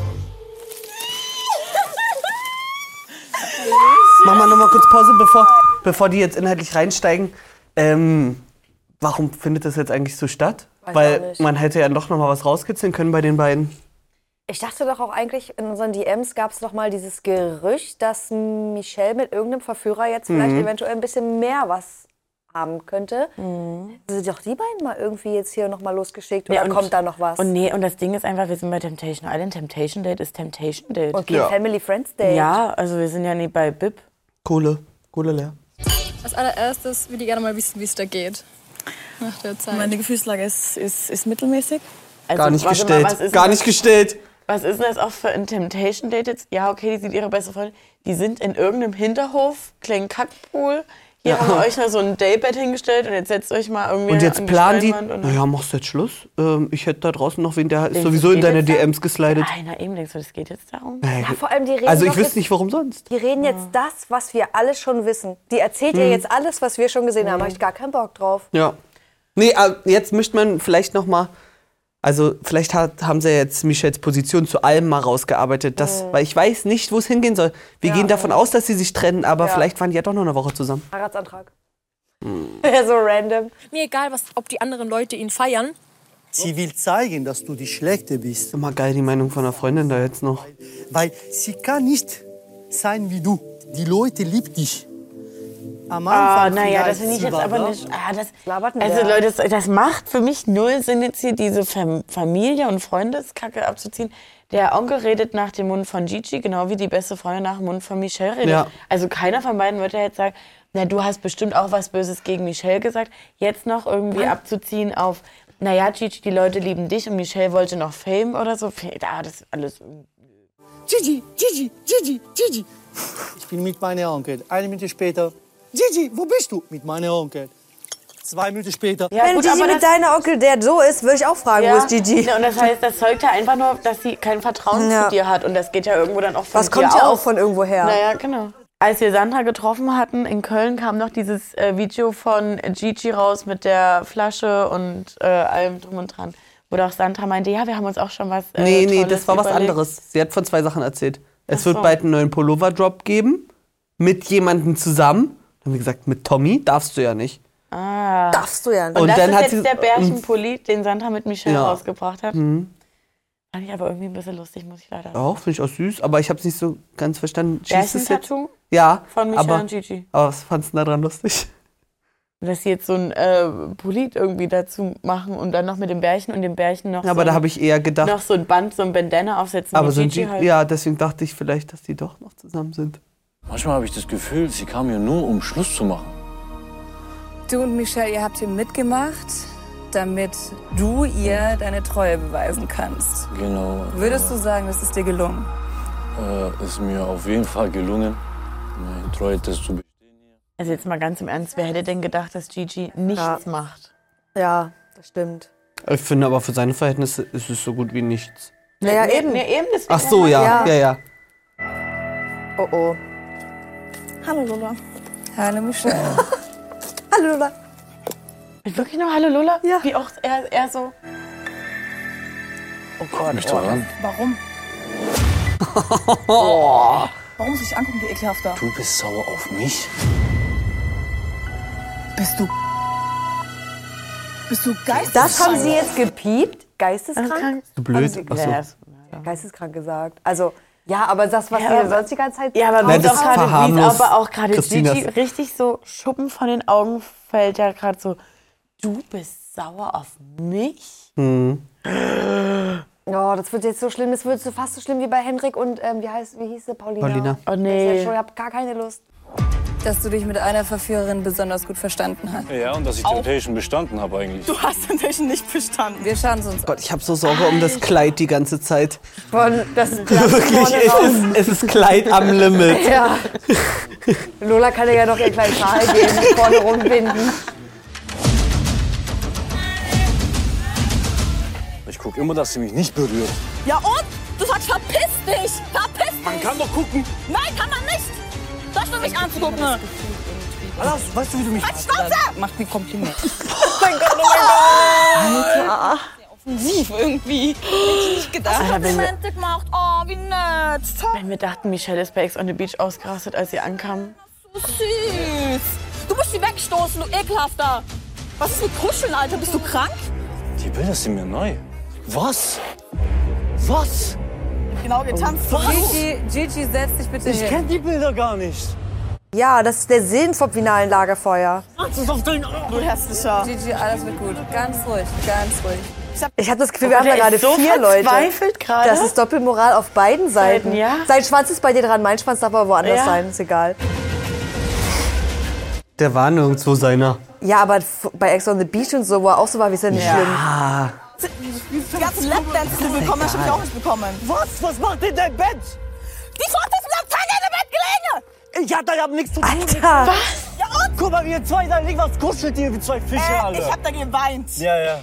Speaker 3: Mach mal nochmal kurz Pause, bevor, bevor die jetzt inhaltlich reinsteigen. Ähm, warum findet das jetzt eigentlich so statt?
Speaker 2: Weiß auch
Speaker 3: Weil
Speaker 2: nicht.
Speaker 3: man hätte ja doch nochmal was rauskitzeln können bei den beiden.
Speaker 2: Ich dachte doch auch eigentlich, in unseren DMs gab es doch mal dieses Gerücht, dass Michelle mit irgendeinem Verführer jetzt vielleicht
Speaker 3: Mhm.
Speaker 2: eventuell ein bisschen mehr was haben könnte. Sind doch die beiden mal irgendwie jetzt hier nochmal losgeschickt
Speaker 1: Nee,
Speaker 2: oder kommt da noch was?
Speaker 1: Mhm. Und nee, und das Ding ist einfach, wir sind bei Temptation Island. Temptation Date ist Temptation Date.
Speaker 2: Okay, Family Friends Date.
Speaker 1: Ja, also wir sind ja nie bei Bib.
Speaker 3: Kohle. Kohle leer.
Speaker 17: Als allererstes würde ich gerne mal wissen, wie es da geht. Nach der Zeit.
Speaker 18: Meine Gefühlslage ist, ist, ist mittelmäßig.
Speaker 2: Also
Speaker 3: Gar nicht
Speaker 1: Also warte
Speaker 3: gestellt.
Speaker 1: mal, was ist
Speaker 3: Gar
Speaker 1: denn
Speaker 3: nicht
Speaker 1: das-
Speaker 3: gestellt.
Speaker 1: Was ist denn das auch für ein Temptation Date jetzt? Ja, okay, die sieht ihre beste Freundin. Die sind in irgendeinem Hinterhof, kleinen Kackpool. Hier haben wir euch noch so ein Daybed hingestellt und jetzt setzt euch mal irgendwie
Speaker 3: Und jetzt
Speaker 1: an
Speaker 3: planen die,
Speaker 1: Steinwand und-
Speaker 3: naja, machst du jetzt Schluss? Ähm, ich hätte da draußen noch wen, der ist
Speaker 1: Denkst du,
Speaker 3: sowieso
Speaker 1: das
Speaker 3: in
Speaker 1: geht
Speaker 3: deine
Speaker 1: jetzt da?
Speaker 3: DMs geslidet.
Speaker 1: Nein, na eben denkst du, das geht jetzt darum.
Speaker 3: Naja,
Speaker 2: Ja, vor allem die reden
Speaker 3: also ich
Speaker 2: doch
Speaker 3: wüsste
Speaker 2: jetzt-
Speaker 3: nicht, warum sonst.
Speaker 2: Die reden jetzt das, was wir alles schon wissen. Die erzählt ihr
Speaker 3: Mhm.
Speaker 2: jetzt alles, was wir schon gesehen haben. Habe ich gar keinen Bock drauf.
Speaker 3: Ja. Nee, aber jetzt möchte man vielleicht noch mal, also vielleicht hat, haben sie ja jetzt Michelles Position zu allem mal rausgearbeitet, das,
Speaker 2: Mhm.
Speaker 3: weil ich weiß nicht, wo es hingehen soll. Wir gehen davon aus, dass sie sich trennen, aber
Speaker 2: Ja.
Speaker 3: vielleicht waren die ja doch noch eine Woche zusammen.
Speaker 2: Heiratsantrag. so random.
Speaker 17: Mir egal, was, ob die anderen Leute ihn feiern.
Speaker 19: Sie will zeigen, dass du die Schlechte bist.
Speaker 3: Immer geil, die Meinung von einer Freundin da jetzt noch.
Speaker 19: Weil sie kann nicht sein wie du. Die Leute lieben dich. Am
Speaker 1: Ah,
Speaker 19: Anfang
Speaker 1: naja, das
Speaker 19: vielleicht,
Speaker 1: finde ich
Speaker 19: sie
Speaker 1: jetzt
Speaker 19: war
Speaker 1: aber
Speaker 19: da.
Speaker 1: nicht. Ah, das,
Speaker 2: Labert
Speaker 1: also Leute, das, das macht für mich null Sinn, jetzt hier diese Fam Familie und Freundeskacke abzuziehen. Der Onkel redet nach dem Mund von Gigi, genau wie die beste Freundin nach dem Mund von Michelle redet.
Speaker 3: Ja.
Speaker 1: Also keiner von beiden würde jetzt sagen, na, du hast bestimmt auch was Böses gegen Michelle gesagt. Jetzt noch irgendwie abzuziehen auf, naja, Gigi, die Leute lieben dich und Michelle wollte noch Fame oder so. Da, das ist alles.
Speaker 19: Gigi, Gigi, Gigi, Gigi. Ich bin mit meinem Onkel. Eine Minute später. Gigi, wo bist du? Mit meinem Onkel. Zwei Minuten später.
Speaker 2: Wenn Gigi mit deinem Onkel, der so ist, würde ich auch fragen, wo ist Gigi?
Speaker 1: Ja, Und das heißt, das zeugt ja einfach nur, dass sie kein Vertrauen
Speaker 2: Ja.
Speaker 1: zu dir hat. Und das geht ja irgendwo dann auch von
Speaker 2: Was
Speaker 1: dir
Speaker 2: kommt ja auch
Speaker 1: aus.
Speaker 2: von irgendwo her.
Speaker 1: Naja, genau. Als wir Sandra getroffen hatten in Köln, kam noch dieses äh, Video von Gigi raus mit der Flasche und äh, allem drum und dran. Wo doch Sandra meinte, ja, wir haben uns auch schon was. Äh,
Speaker 3: Nee, nee,
Speaker 1: Tolles
Speaker 3: das war was
Speaker 1: überlegt.
Speaker 3: anderes. Sie hat von zwei Sachen erzählt. Es
Speaker 1: Ach
Speaker 3: wird
Speaker 1: so.
Speaker 3: bald einen neuen Pullover-Drop geben. Mit jemandem zusammen. Dann haben wir gesagt, mit Tommy darfst du ja nicht.
Speaker 1: Ah.
Speaker 2: Darfst du ja
Speaker 1: Und,
Speaker 3: Und
Speaker 1: das
Speaker 3: dann
Speaker 1: ist
Speaker 3: hat
Speaker 1: jetzt
Speaker 3: sie-
Speaker 1: der Bärchenpulli, den Sandra mit Michelle
Speaker 3: Ja.
Speaker 1: rausgebracht hat.
Speaker 3: Mhm.
Speaker 1: Fand ich aber irgendwie ein bisschen lustig, muss ich leider sagen.
Speaker 3: Auch, finde ich auch süß, aber ich habe es nicht so ganz verstanden. Schießt es jetzt?
Speaker 1: Bärchen-Tattoo?
Speaker 3: Ja.
Speaker 1: halt Von Michelle
Speaker 3: aber,
Speaker 1: und Gigi.
Speaker 3: Aber was fandst du denn daran lustig?
Speaker 1: dass sie jetzt so ein äh, Pulli irgendwie dazu machen und dann noch mit dem Bärchen und dem Bärchen noch
Speaker 3: Ja, aber
Speaker 1: so
Speaker 3: da
Speaker 1: ein-
Speaker 3: habe ich eher gedacht-
Speaker 1: noch so ein Band, so ein Bandana aufsetzen.
Speaker 3: Aber
Speaker 1: wie
Speaker 3: so ein
Speaker 1: Gigi
Speaker 3: G
Speaker 1: halt.
Speaker 3: Ja, deswegen dachte ich vielleicht, dass die doch noch zusammen sind.
Speaker 13: Manchmal habe ich das Gefühl, sie kam hier nur, um Schluss zu machen.
Speaker 20: Du und Michelle, ihr habt hier mitgemacht, damit du ihr deine Treue beweisen kannst.
Speaker 13: Genau.
Speaker 20: Würdest du sagen, das ist dir gelungen?
Speaker 13: Äh, ist mir auf jeden Fall gelungen, meine Treue das zu bestehen.
Speaker 1: Also jetzt mal ganz im Ernst, wer hätte denn gedacht, dass Gigi nichts macht?
Speaker 2: Ja, das stimmt.
Speaker 3: Ich finde aber für seine Verhältnisse ist es so gut wie nichts.
Speaker 2: Naja, eben.
Speaker 1: Nee, eben deswegen
Speaker 3: Ach so, ja, ja, ja.
Speaker 2: Oh oh.
Speaker 20: Hallo Lola. Hallo Michelle.
Speaker 2: Hallo Lola.
Speaker 1: Wirklich nur Hallo Lola? Ja. Wie auch er, er so.
Speaker 13: Oh Gott, mich doch an.
Speaker 18: Warum?
Speaker 13: Oh,
Speaker 18: Warum soll ich angucken, die Ekelhafter?
Speaker 13: du bist sauer auf mich?
Speaker 18: Bist du. Bist du geisteskrank?
Speaker 2: Das haben sie jetzt gepiept? Geisteskrank?
Speaker 3: Du blöd?
Speaker 2: Haben sie-
Speaker 3: Ach so.
Speaker 2: Ja, ja. Geisteskrank gesagt. Also, ja, aber das, was
Speaker 1: Ja,
Speaker 2: ihr
Speaker 1: aber-
Speaker 2: sonst die ganze Zeit
Speaker 1: Ja, aber
Speaker 3: Nein,
Speaker 1: wie
Speaker 3: das
Speaker 1: auch gerade, wie
Speaker 3: verharmlost
Speaker 1: es aber auch gerade
Speaker 3: Christinas-
Speaker 1: Gigi richtig so Schuppen von den Augen fällt, ja gerade so, du bist sauer auf mich?
Speaker 3: Hm.
Speaker 2: Oh, das wird jetzt so schlimm. Das wird so fast so schlimm wie bei Hendrik und ähm, wie heißt, wie hieß sie? Paulina.
Speaker 3: Paulina.
Speaker 1: Oh
Speaker 2: Ich,
Speaker 20: nee.
Speaker 2: ich habe gar keine Lust.
Speaker 20: Dass du dich mit einer Verführerin besonders gut verstanden hast.
Speaker 15: Ja, und dass ich Temptation bestanden habe eigentlich.
Speaker 20: Du hast Temptation nicht bestanden. Wir schauen es uns
Speaker 3: Gott, ich habe so Sorge um das Kleid die ganze Zeit.
Speaker 2: Von, das ist
Speaker 3: Wirklich,
Speaker 2: vorne raus.
Speaker 3: es ist, es ist Kleid am Limit.
Speaker 2: Ja. Lola kann dir ja noch ihr kleines Haar geben, vorne rumbinden.
Speaker 13: Ich gucke immer, dass sie mich nicht berührt.
Speaker 8: Ja und? Du sagst, verpiss dich! Verpiss dich! Man
Speaker 13: kann doch gucken.
Speaker 8: Nein, kann man nicht! Du hast nur mich anzugucken.
Speaker 19: Alas, weißt du, wie du mich.
Speaker 8: Halt, Schnauze!
Speaker 20: Macht mir Kompliment.
Speaker 8: Oh mein Gott, oh mein Gott! Alter. Offensiv irgendwie. Hätte ich nicht gedacht.
Speaker 1: Alter, wenn wir-
Speaker 8: Komplimente gemacht. Oh, wie nett.
Speaker 1: Wenn wir dachten, Michelle ist bei Ex on the Beach ausgerastet, als sie ankam.
Speaker 8: So süß. Du musst sie wegstoßen, du Ekelhafter. Was ist mit Kuscheln, Alter? Bist du krank?
Speaker 13: Die Bilder sind mir neu. Was? Was?
Speaker 20: Genau, getanzt.
Speaker 13: Was?
Speaker 20: Gigi, Gigi, setz dich bitte
Speaker 13: Ich
Speaker 20: hin.
Speaker 13: kenne die Bilder gar nicht.
Speaker 2: Ja, das ist der Sinn vom finalen Lagerfeuer.
Speaker 20: Das ist auf deinen Arm. Du hässlicher. Gigi, alles wird gut. Ganz ruhig, ganz ruhig.
Speaker 2: Ich habe das Gefühl,
Speaker 20: Oh,
Speaker 2: wir haben
Speaker 20: der
Speaker 2: da gerade
Speaker 20: ist so
Speaker 2: vier Leute.
Speaker 20: verzweifelt gerade.
Speaker 2: Das ist Doppelmoral auf beiden Seiten.
Speaker 20: Seiten, ja.
Speaker 2: Sein Schwanz ist bei dir dran, mein Schwanz darf aber woanders
Speaker 20: Ja.
Speaker 2: sein, ist egal.
Speaker 3: Der war nirgendwo seiner.
Speaker 2: Ja, aber f- bei Ex on the Beach und so, wo er auch so war, wie ist denn schlimm?
Speaker 3: Ah,
Speaker 20: Die ganzen Lapdances, die du bekommen hast, hab ich auch nicht bekommen.
Speaker 19: Was? Was macht denn dein Bett?
Speaker 8: Die Fotos sind auf Teil deiner Bettgelände.
Speaker 19: Ich hatte, ich hab nichts zu tun.
Speaker 2: Alter!
Speaker 8: Ja und?
Speaker 19: Guck mal, wir zwei da liegen, was kuschelt ihr, wie zwei Fische
Speaker 21: Äh,
Speaker 19: alle?
Speaker 21: ich hab da geweint.
Speaker 19: Ja, ja.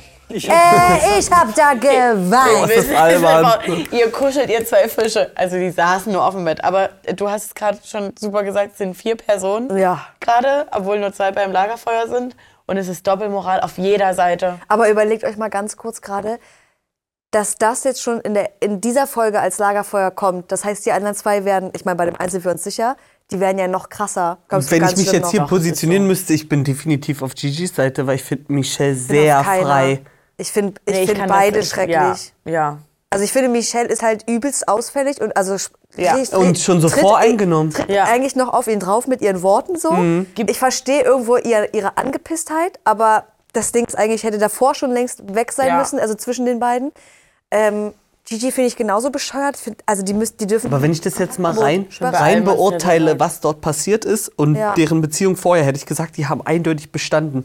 Speaker 22: Äh, ich hab da
Speaker 1: Oh,
Speaker 22: geweint.
Speaker 1: das ist albern. ihr kuschelt, ihr zwei Fische. Also die saßen nur auf dem Bett. Aber du hast es gerade schon super gesagt, es sind vier Personen
Speaker 22: ja.
Speaker 1: gerade, obwohl nur zwei beim Lagerfeuer sind. Und es ist Doppelmoral auf jeder Seite.
Speaker 2: Aber überlegt euch mal ganz kurz gerade, dass das jetzt schon in, der, in dieser Folge als Lagerfeuer kommt. Das heißt, die anderen zwei werden, ich meine, bei dem Einzel für uns sicher, die werden ja noch krasser. Glaubst du,
Speaker 3: Wenn
Speaker 2: ganz
Speaker 3: ich mich
Speaker 2: schlimm
Speaker 3: jetzt hier
Speaker 2: noch?
Speaker 3: positionieren müsste, ich bin definitiv auf Gigi's Seite, weil ich finde Michelle
Speaker 2: Ich bin auf
Speaker 3: sehr
Speaker 2: keiner.
Speaker 3: frei.
Speaker 2: Ich finde ich
Speaker 1: Nee, ich
Speaker 2: find
Speaker 1: kann
Speaker 2: beide
Speaker 1: das- ich-
Speaker 2: schrecklich.
Speaker 1: Ja. ja.
Speaker 2: Also ich finde, Michelle ist halt übelst ausfällig und also sch-
Speaker 1: Ja.
Speaker 2: richtig-
Speaker 3: Und schon so
Speaker 2: tritt-
Speaker 3: voreingenommen.
Speaker 2: Tritt eigentlich noch auf ihn drauf mit ihren Worten so.
Speaker 3: Mhm.
Speaker 2: Ich verstehe irgendwo ihr, ihre Angepisstheit, aber das Ding ist eigentlich, hätte davor schon längst weg sein
Speaker 22: Ja.
Speaker 2: müssen, also zwischen den beiden. Ähm, Gigi finde ich genauso bescheuert. Find, also die, müssen, die dürfen...
Speaker 3: Aber wenn ich das jetzt mal
Speaker 2: Mo-
Speaker 3: rein,
Speaker 2: Sperre.
Speaker 3: rein beurteile, was dort passiert ist und
Speaker 2: Ja.
Speaker 3: deren Beziehung vorher, hätte ich gesagt, die haben eindeutig bestanden.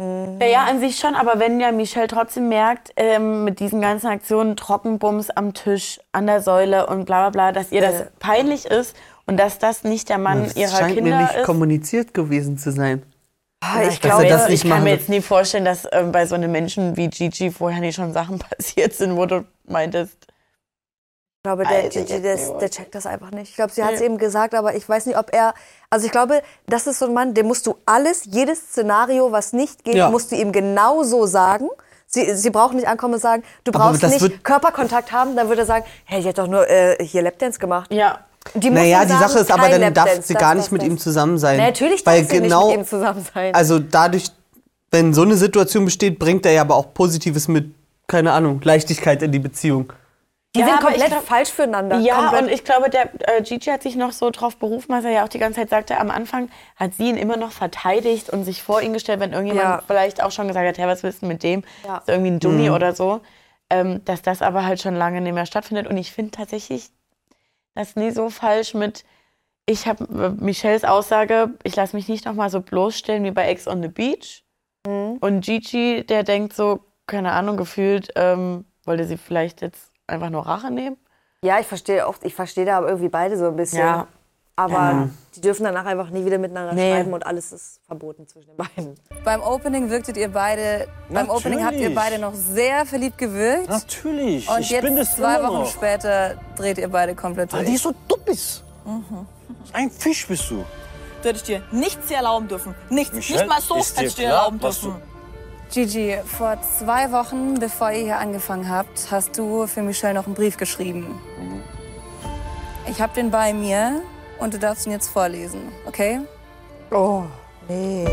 Speaker 1: Naja, an sich schon, aber wenn ja Michelle trotzdem merkt, ähm, mit diesen ganzen Aktionen, Trockenbums am Tisch, an der Säule und bla bla bla, dass ihr das
Speaker 3: Äh.
Speaker 1: peinlich ist und dass das nicht der Mann
Speaker 3: das
Speaker 1: ihrer
Speaker 3: scheint mir
Speaker 1: Kinder
Speaker 3: nicht
Speaker 1: ist.
Speaker 3: kommuniziert gewesen zu sein.
Speaker 1: Ja,
Speaker 3: dass er das nicht
Speaker 1: Ah, ich kann
Speaker 3: machen
Speaker 1: mir
Speaker 3: wird.
Speaker 1: jetzt nie vorstellen, dass ähm, bei so einem Menschen wie Gigi vorher nicht schon Sachen passiert sind, wo du meintest.
Speaker 2: Ich glaube, der,
Speaker 1: Weiß ich
Speaker 2: Gigi,
Speaker 1: jetzt
Speaker 2: der,
Speaker 1: nicht.
Speaker 2: der checkt das einfach nicht. Ich glaube, sie hat es
Speaker 1: Nee.
Speaker 2: eben gesagt, aber ich weiß nicht, ob er. Also ich glaube, das ist so ein Mann, dem musst du alles, jedes Szenario, was nicht geht,
Speaker 3: Ja.
Speaker 2: musst du ihm genau so sagen. Sie, sie braucht nicht ankommen und sagen, du
Speaker 3: Aber
Speaker 2: brauchst
Speaker 3: das
Speaker 2: nicht
Speaker 3: wird-
Speaker 2: Körperkontakt haben. Dann würde er sagen, hey, ich hätte doch nur äh, hier Lapdance gemacht.
Speaker 1: Ja.
Speaker 2: Die muss
Speaker 3: naja,
Speaker 2: ihm
Speaker 3: die
Speaker 2: sagen,
Speaker 3: Sache ist aber,
Speaker 2: kein
Speaker 3: dann
Speaker 2: Lapdance,
Speaker 3: darf sie
Speaker 2: das,
Speaker 3: gar
Speaker 2: das,
Speaker 3: nicht mit
Speaker 2: das.
Speaker 3: ihm zusammen sein.
Speaker 2: Na, natürlich darf
Speaker 3: weil
Speaker 2: sie
Speaker 3: genau,
Speaker 2: nicht mit ihm zusammen sein.
Speaker 3: Also dadurch, wenn so eine Situation besteht, bringt er ja aber auch Positives mit, keine Ahnung, Leichtigkeit in die Beziehung.
Speaker 2: die
Speaker 1: Ja,
Speaker 2: sind
Speaker 1: aber ich
Speaker 2: komplett
Speaker 1: glaub-
Speaker 2: falsch füreinander.
Speaker 1: Ja,
Speaker 2: komplett.
Speaker 1: und ich glaube, der äh, Gigi hat sich noch so drauf berufen, was er ja auch die ganze Zeit sagte. Am Anfang hat sie ihn immer noch verteidigt und sich vor ihn gestellt, wenn irgendjemand
Speaker 2: Ja.
Speaker 1: vielleicht auch schon gesagt hat, hey, was willst du mit dem?
Speaker 2: Ja.
Speaker 1: Ist irgendwie ein Dummi
Speaker 2: Mhm.
Speaker 1: oder so. Ähm, dass das aber halt schon lange nicht mehr stattfindet. Und ich finde tatsächlich das nie so falsch mit, ich habe äh, Michelles Aussage, ich lasse mich nicht nochmal so bloßstellen wie bei Ex on the Beach.
Speaker 2: Mhm.
Speaker 1: Und Gigi, der denkt so, keine Ahnung, gefühlt, ähm, wollte sie vielleicht jetzt einfach nur Rache nehmen.
Speaker 2: Ja, ich verstehe oft, ich verstehe da aber irgendwie beide so ein bisschen.
Speaker 1: Ja.
Speaker 2: Aber
Speaker 1: Ja.
Speaker 2: die dürfen danach einfach nie wieder miteinander
Speaker 20: Nee.
Speaker 2: schreiben und alles ist verboten zwischen den beiden.
Speaker 20: Beim Opening wirktet ihr beide, beim
Speaker 2: Natürlich.
Speaker 20: Opening habt ihr beide noch sehr verliebt gewirkt.
Speaker 19: Natürlich,
Speaker 20: Und
Speaker 19: ich
Speaker 20: jetzt
Speaker 19: bin das
Speaker 20: zwei
Speaker 19: immer
Speaker 20: Wochen
Speaker 19: noch.
Speaker 20: später dreht ihr beide komplett durch.
Speaker 19: Weil die so dumm ist. Ein Fisch bist du.
Speaker 18: Du hättest Mhm. dir nichts hier erlauben dürfen. Nichts.
Speaker 19: Michelle,
Speaker 18: Nicht mal so
Speaker 19: ist dir
Speaker 18: hättest du dir
Speaker 19: klar,
Speaker 18: erlauben
Speaker 19: was
Speaker 18: dürfen.
Speaker 20: Gigi, vor zwei Wochen, bevor ihr hier angefangen habt, hast du für Michelle noch einen Brief geschrieben.
Speaker 18: Mhm.
Speaker 20: Ich hab den bei mir und du darfst ihn jetzt vorlesen, okay?
Speaker 2: Oh, nee.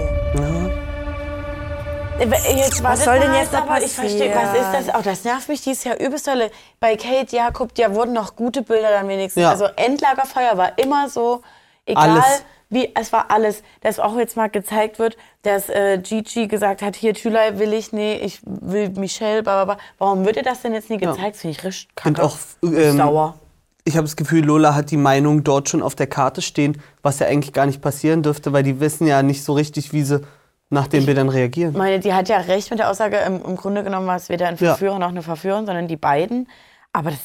Speaker 1: Jetzt, wartet
Speaker 2: soll denn
Speaker 1: mal,
Speaker 2: jetzt da
Speaker 1: aber Ich verstehe,
Speaker 2: passieren?
Speaker 1: was ist das? Auch das nervt mich dieses Jahr übelst dolle. Bei Kate Jakob, ja, wurden noch gute Bilder dann wenigstens.
Speaker 3: Ja.
Speaker 1: Also Endlagerfeuer war immer so, egal
Speaker 3: Alles.
Speaker 1: wie, es war alles. Dass auch jetzt mal gezeigt wird, dass äh, Gigi gesagt hat, hier Thülei will ich, nee, ich will Michelle, bla bla bla. Warum wird ihr das denn jetzt nie gezeigt? Das Finde ich richtig
Speaker 3: Und
Speaker 1: kacke.
Speaker 3: auch ähm,
Speaker 1: Sauer.
Speaker 3: Ich habe das Gefühl, Lola hat die Meinung dort schon auf der Karte stehen, was ja eigentlich gar nicht passieren dürfte, weil die wissen ja nicht so richtig, wie sie nach den Bildern reagieren.
Speaker 1: meine, die hat ja recht mit der Aussage, im, im Grunde genommen war es weder ein
Speaker 3: Ja.
Speaker 1: Verführer noch eine Verführerin, sondern die beiden. Aber das,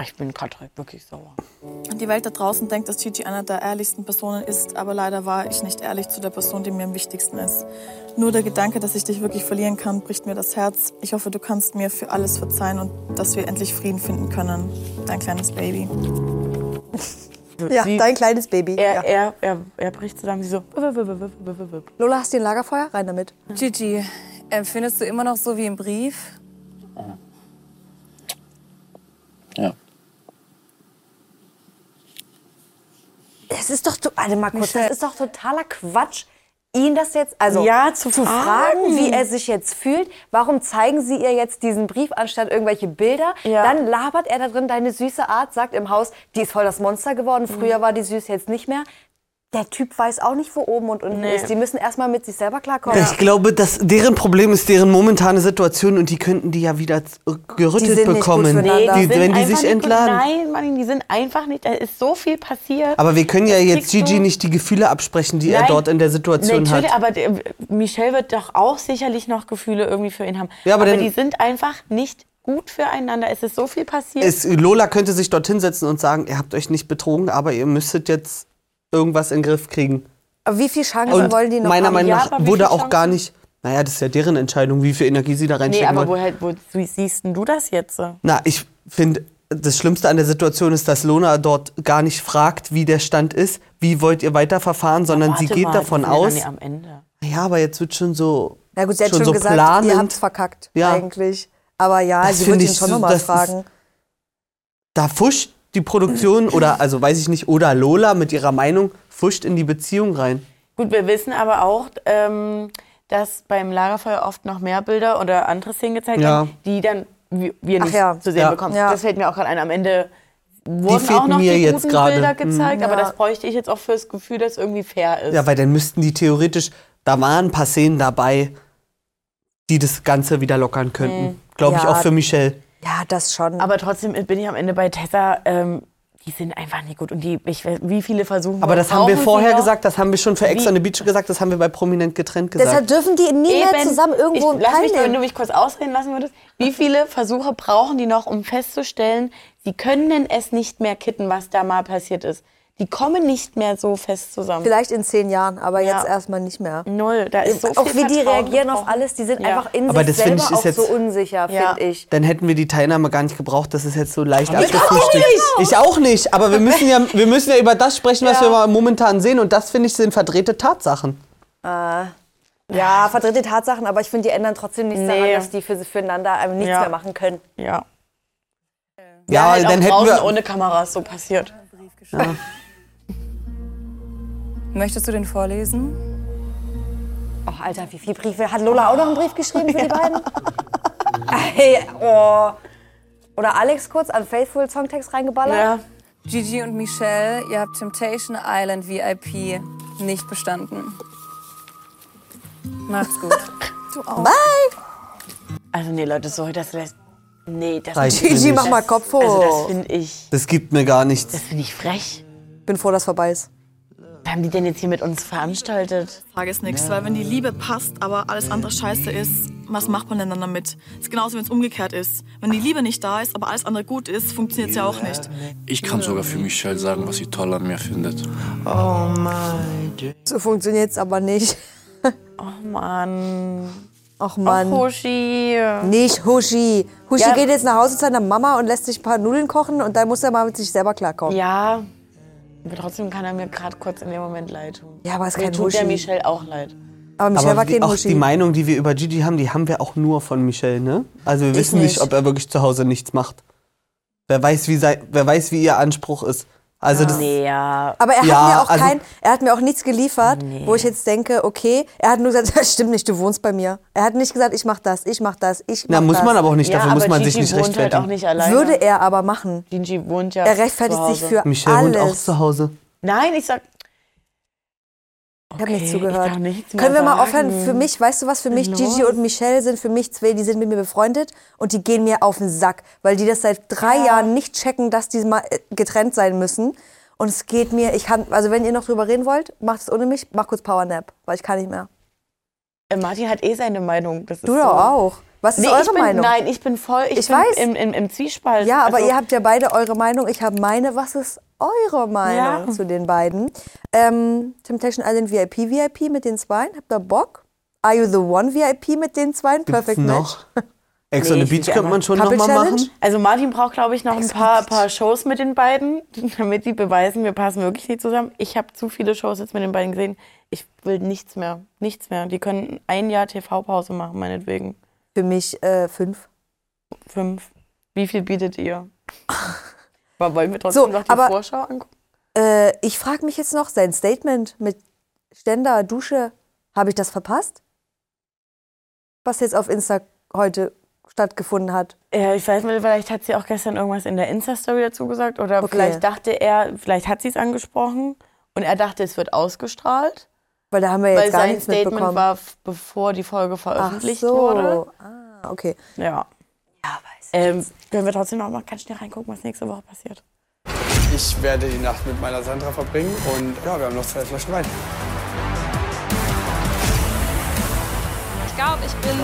Speaker 1: ich bin gerade wirklich sauer.
Speaker 18: Und die Welt da draußen denkt, dass Gigi einer der ehrlichsten Personen ist, aber leider war ich nicht ehrlich zu der Person, die mir am wichtigsten ist. Nur der Gedanke, dass ich dich wirklich verlieren kann, bricht mir das Herz. Ich hoffe, du kannst mir für alles verzeihen und dass wir endlich Frieden finden können. Dein kleines Baby.
Speaker 2: Ja, dein kleines Baby.
Speaker 1: Er,
Speaker 2: ja.
Speaker 1: er, er, er bricht zusammen, sie so. wup, wup, wup, wup, wup, wup.
Speaker 2: Lola, hast du ein Lagerfeuer? Rein damit.
Speaker 20: Gigi, empfindest du immer noch so wie im Brief?
Speaker 2: Das ist doch, to- warte mal kurz, das ist doch totaler Quatsch, ihn das jetzt, also
Speaker 1: Ja, zu fragen.
Speaker 2: fragen, wie er sich jetzt fühlt. Warum zeigen sie ihr jetzt diesen Brief anstatt irgendwelche Bilder?
Speaker 1: Ja.
Speaker 2: Dann labert er da drin, deine süße Art, sagt im Haus, die ist voll das Monster geworden, früher war die süß, jetzt nicht mehr. Der Typ weiß auch nicht, wo oben und unten
Speaker 1: Nee.
Speaker 2: ist. Die müssen erstmal mit sich selber klarkommen.
Speaker 3: Ich glaube, dass deren Problem ist deren momentane Situation und die könnten die ja wieder z- gerüttelt
Speaker 2: Die sind nicht gut
Speaker 3: bekommen,
Speaker 2: füreinander.
Speaker 3: die,
Speaker 2: Die
Speaker 1: Sind
Speaker 3: wenn die
Speaker 1: einfach
Speaker 3: sich
Speaker 1: nicht
Speaker 3: entladen.
Speaker 1: Gut. Nein, Mann, die sind einfach nicht. Da ist so viel passiert.
Speaker 3: Aber wir können ja
Speaker 1: Das
Speaker 3: jetzt
Speaker 1: kriegst du-
Speaker 3: Gigi nicht die Gefühle absprechen, die er
Speaker 1: Nein,
Speaker 3: dort in der Situation
Speaker 1: natürlich,
Speaker 3: hat.
Speaker 1: aber der- Michelle wird doch auch sicherlich noch Gefühle irgendwie für ihn haben.
Speaker 3: Ja, aber dann-
Speaker 1: die sind einfach nicht gut füreinander. Es ist so viel passiert.
Speaker 3: Es, Lola könnte sich dort hinsetzen und sagen, ihr habt euch nicht betrogen, aber ihr müsstet jetzt irgendwas in den Griff kriegen.
Speaker 23: Aber wie viel Chancen
Speaker 2: Also
Speaker 3: Und
Speaker 23: wollen die noch
Speaker 3: meiner
Speaker 23: haben?
Speaker 3: Meinung
Speaker 23: Ja,
Speaker 3: nach
Speaker 23: aber wie
Speaker 3: wurde
Speaker 23: viel
Speaker 3: auch gar nicht, naja, das ist ja deren Entscheidung, wie viel Energie sie da
Speaker 1: Nee,
Speaker 3: reinstecken
Speaker 1: aber
Speaker 3: wollen.
Speaker 1: wo, halt, wo sie- siehst denn du das jetzt? so?
Speaker 3: Na, ich finde, das Schlimmste an der Situation ist, dass Lona dort gar nicht fragt, wie der Stand ist, wie wollt ihr weiterverfahren, sondern sie
Speaker 1: Warte
Speaker 3: geht
Speaker 1: mal,
Speaker 3: davon
Speaker 1: die sind ja
Speaker 3: aus.
Speaker 1: dann Am Ende.
Speaker 3: Ja, aber jetzt wird schon so.
Speaker 2: Na gut, sie hat
Speaker 3: schon
Speaker 2: schon,
Speaker 3: so
Speaker 2: gesagt,
Speaker 3: planend.
Speaker 2: ihr habt verkackt
Speaker 3: Ja.
Speaker 2: eigentlich. Aber ja,
Speaker 3: Das
Speaker 2: sie wird
Speaker 3: find
Speaker 2: ihn
Speaker 3: ich
Speaker 2: schon
Speaker 3: so-
Speaker 2: nochmal
Speaker 3: das ist-
Speaker 2: fragen.
Speaker 3: Da fuscht die Produktion oder, also weiß ich nicht, oder Lola mit ihrer Meinung fuscht in die Beziehung rein.
Speaker 1: Gut, wir wissen aber auch, ähm, dass beim Lagerfeuer oft noch mehr Bilder oder andere Szenen gezeigt
Speaker 3: Ja.
Speaker 1: werden, die dann wi- wir
Speaker 3: Ach
Speaker 1: nicht
Speaker 3: ja.
Speaker 1: zu sehen
Speaker 3: Ja.
Speaker 1: bekommen.
Speaker 3: Ja.
Speaker 1: Das fällt mir auch gerade ein. Am Ende wurden
Speaker 3: fehlt
Speaker 1: auch noch
Speaker 3: mir
Speaker 1: die
Speaker 3: jetzt
Speaker 1: guten
Speaker 3: gerade.
Speaker 1: Bilder
Speaker 3: Mhm.
Speaker 1: gezeigt, aber
Speaker 3: Ja.
Speaker 1: das bräuchte ich jetzt auch fürs Gefühl, dass irgendwie fair ist.
Speaker 3: Ja, weil dann müssten die theoretisch, da waren ein paar Szenen dabei, die das Ganze wieder lockern könnten.
Speaker 1: Mhm.
Speaker 3: Glaube ich
Speaker 1: Ja.
Speaker 3: auch für Michelle.
Speaker 2: Ja, das schon.
Speaker 1: Aber trotzdem bin ich am Ende bei Tessa. Ähm, die sind einfach nicht gut und die, ich weiß, wie viele versuchen.
Speaker 3: Aber das haben wir
Speaker 1: brauchen sie
Speaker 3: vorher
Speaker 1: noch?
Speaker 3: gesagt, das haben wir schon für Ex
Speaker 1: Wie-
Speaker 3: on the Beach gesagt, das haben wir bei Prominent getrennt gesagt.
Speaker 2: Deshalb dürfen die nie mehr
Speaker 1: Eben.
Speaker 2: zusammen irgendwo
Speaker 1: ich, lass mich,
Speaker 2: teilnehmen.
Speaker 1: Wenn du mich kurz ausreden lassen würdest, wie viele Versuche brauchen die noch, um festzustellen, sie können es nicht mehr kitten, was da mal passiert ist? Die kommen nicht mehr so fest zusammen.
Speaker 2: Vielleicht in zehn Jahren, aber jetzt erstmal nicht mehr.
Speaker 1: Null, da ist so
Speaker 2: Auch
Speaker 1: viel
Speaker 2: wie die
Speaker 1: Vertrauen
Speaker 2: reagieren auf
Speaker 1: gebrochen.
Speaker 2: alles, die sind
Speaker 1: Ja.
Speaker 2: einfach in
Speaker 3: Aber
Speaker 2: sich
Speaker 3: das find
Speaker 2: selber
Speaker 3: ich, ist
Speaker 2: auch so
Speaker 3: jetzt-
Speaker 2: unsicher,
Speaker 1: Ja.
Speaker 2: finde ich.
Speaker 3: Dann hätten wir die Teilnahme gar nicht gebraucht, das ist jetzt so leicht
Speaker 2: Ich auch
Speaker 3: abgefrühstückt.
Speaker 2: nicht.
Speaker 3: Ich auch nicht, aber wir müssen ja, wir müssen ja über das sprechen, was wir momentan sehen und das finde ich sind verdrehte Tatsachen.
Speaker 2: Äh, ja, verdrehte Tatsachen, aber ich finde, die ändern trotzdem nichts daran,
Speaker 23: Nee.
Speaker 2: dass die für, füreinander einfach nichts
Speaker 23: Ja.
Speaker 2: mehr machen können.
Speaker 1: Ja.
Speaker 3: Ja,
Speaker 1: halt
Speaker 3: dann
Speaker 1: auch
Speaker 3: hätten
Speaker 1: draußen
Speaker 3: wir
Speaker 1: ohne Kameras so passiert.
Speaker 3: ja.
Speaker 24: Möchtest du den vorlesen?
Speaker 2: Och, Alter, wie viele Briefe? Hat Lola auch noch einen Brief geschrieben für die beiden? Ey, oh. Oder Alex kurz an Faithful Songtext reingeballert?
Speaker 24: Gigi und Michelle, ihr habt Temptation Island VIP nicht bestanden. Macht's gut.
Speaker 1: Du
Speaker 2: Oh.
Speaker 24: auch.
Speaker 1: Bye! Also, nee, Leute, so, das lässt. Nee, das
Speaker 3: Reicht mir Gigi, nicht. mach mal
Speaker 2: Kopf
Speaker 1: Also, das
Speaker 2: hoch.
Speaker 1: finde ich.
Speaker 3: Das gibt mir gar nichts. Das
Speaker 1: finde ich frech.
Speaker 2: Bin froh, dass vorbei ist.
Speaker 1: Was haben die denn jetzt hier mit uns veranstaltet?
Speaker 11: Frage ist nichts, weil wenn die Liebe passt, aber alles andere scheiße ist, was macht man denn dann damit? ist genauso, wenn es umgekehrt ist. Wenn die Liebe nicht da ist, aber alles andere gut ist, funktioniert es ja auch nicht.
Speaker 25: Ich kann sogar für Michelle sagen, was sie toll an mir findet.
Speaker 2: So funktioniert's aber nicht.
Speaker 1: Oh Mann.
Speaker 2: Ach Mann.
Speaker 1: Auch Hoshi.
Speaker 2: Nicht Hushi. Hushi
Speaker 1: Ja.
Speaker 2: geht jetzt nach Hause zu seiner Mama und lässt sich ein paar Nudeln kochen und dann muss er mal mit sich selber klarkommen.
Speaker 1: Ja. Aber trotzdem kann er mir gerade kurz in dem Moment leid tun.
Speaker 2: Ja, aber es ist
Speaker 1: mir
Speaker 2: kein
Speaker 1: tut der
Speaker 2: Hoshi.
Speaker 1: Michelle auch leid.
Speaker 2: Aber Michelle war
Speaker 3: Aber
Speaker 2: kein
Speaker 3: die, auch
Speaker 2: Hushi.
Speaker 3: die Meinung, die wir über Gigi haben, die haben wir auch nur von Michelle, ne? Also wir
Speaker 2: Ich
Speaker 3: wissen nicht.
Speaker 2: nicht.
Speaker 3: ob er wirklich zu Hause nichts macht. Wer weiß, wie, sei, wer weiß, wie ihr Anspruch ist. Also das,
Speaker 2: Aber er
Speaker 3: Ja,
Speaker 2: hat mir auch
Speaker 3: also-
Speaker 2: kein, er hat mir auch nichts geliefert, wo ich jetzt denke, okay, er hat nur gesagt, das stimmt nicht, du wohnst bei mir. Er hat nicht gesagt, ich mach das, ich mach das, ich mach
Speaker 3: Na, muss
Speaker 2: das.
Speaker 3: man aber auch nicht, Ja, dafür muss aber man sich
Speaker 1: Gigi nicht wohnt halt rechtfertigen. auch nicht alleine.
Speaker 2: Würde er aber machen.
Speaker 1: Gigi wohnt ja.
Speaker 2: Er rechtfertigt
Speaker 1: zu
Speaker 2: sich
Speaker 1: Hause.
Speaker 2: für
Speaker 3: Michelle
Speaker 2: alles.
Speaker 3: wohnt auch zu Hause.
Speaker 1: Nein, ich sag.
Speaker 2: Ich habe nicht
Speaker 1: ich
Speaker 2: zugehört.
Speaker 1: darf nichts mehr
Speaker 2: Können wir mal
Speaker 1: sagen.
Speaker 2: aufhören? Für mich, weißt du was, für mich,
Speaker 1: Los.
Speaker 2: Gigi und Michelle sind für mich zwei, die sind mit mir befreundet und die gehen mir auf den Sack, weil die das seit drei Jahren nicht checken, dass die mal äh, getrennt sein müssen. Und es geht mir, ich kann, also wenn ihr noch drüber reden wollt, macht es ohne mich, mach kurz Powernap, weil ich kann nicht mehr.
Speaker 1: Äh, Martin hat eh seine Meinung. Das ist
Speaker 2: Du
Speaker 1: so.
Speaker 2: doch auch. Was ist
Speaker 1: Nee,
Speaker 2: eure
Speaker 1: ich bin,
Speaker 2: Meinung?
Speaker 1: Nein, ich bin voll. Ich,
Speaker 2: Ich
Speaker 1: bin
Speaker 2: weiß.
Speaker 1: Im, im, Im Zwiespalt.
Speaker 2: Ja, aber
Speaker 1: Also-
Speaker 2: ihr habt ja beide eure Meinung, ich habe meine. Was ist eure Meinung
Speaker 1: Ja.
Speaker 2: zu den beiden? Ähm, Temptation Island VIP, VIP mit den Zweien, habt ihr Bock? Are you the one VIP mit den Zweien? Perfect Match.
Speaker 3: noch? Ex on the Beach könnte man schon
Speaker 2: Couple
Speaker 3: nochmal
Speaker 2: Challenge?
Speaker 3: machen.
Speaker 1: Also Martin braucht, glaube ich, noch ein paar, paar Shows mit den beiden, damit die beweisen, wir passen wirklich nicht zusammen. Ich habe zu viele Shows jetzt mit den beiden gesehen. Ich will nichts mehr. Nichts mehr. Die können ein Jahr TV-Pause machen, meinetwegen.
Speaker 2: Für mich äh, fünf.
Speaker 1: Fünf. Wie viel bietet ihr? aber wollen wir trotzdem
Speaker 2: So,
Speaker 1: noch die
Speaker 2: aber
Speaker 1: Vorschau angucken?
Speaker 2: äh, ich frage mich jetzt noch, sein Statement mit Ständer, Dusche, habe ich das verpasst? Was jetzt auf Insta heute stattgefunden hat.
Speaker 1: Ja, ich weiß nicht, vielleicht hat sie auch gestern irgendwas in der Insta-Story dazu gesagt. Oder
Speaker 2: Okay.
Speaker 1: vielleicht dachte er, vielleicht hat sie es angesprochen und er dachte, es wird ausgestrahlt.
Speaker 2: Weil da haben wir jetzt
Speaker 1: weil
Speaker 2: gar
Speaker 1: sein
Speaker 2: nichts
Speaker 1: Statement
Speaker 2: mitbekommen.
Speaker 1: war, f- bevor die Folge
Speaker 2: Ach
Speaker 1: veröffentlicht
Speaker 2: so.
Speaker 1: wurde.
Speaker 2: Ah, okay.
Speaker 1: Ja. Ja, weiß ähm, Können wir trotzdem noch mal ganz schnell reingucken, was nächste Woche passiert?
Speaker 19: Ich werde die Nacht mit meiner Sandra verbringen und ja, wir haben noch zwei Flaschen Wein.
Speaker 7: Ich glaube, ich bin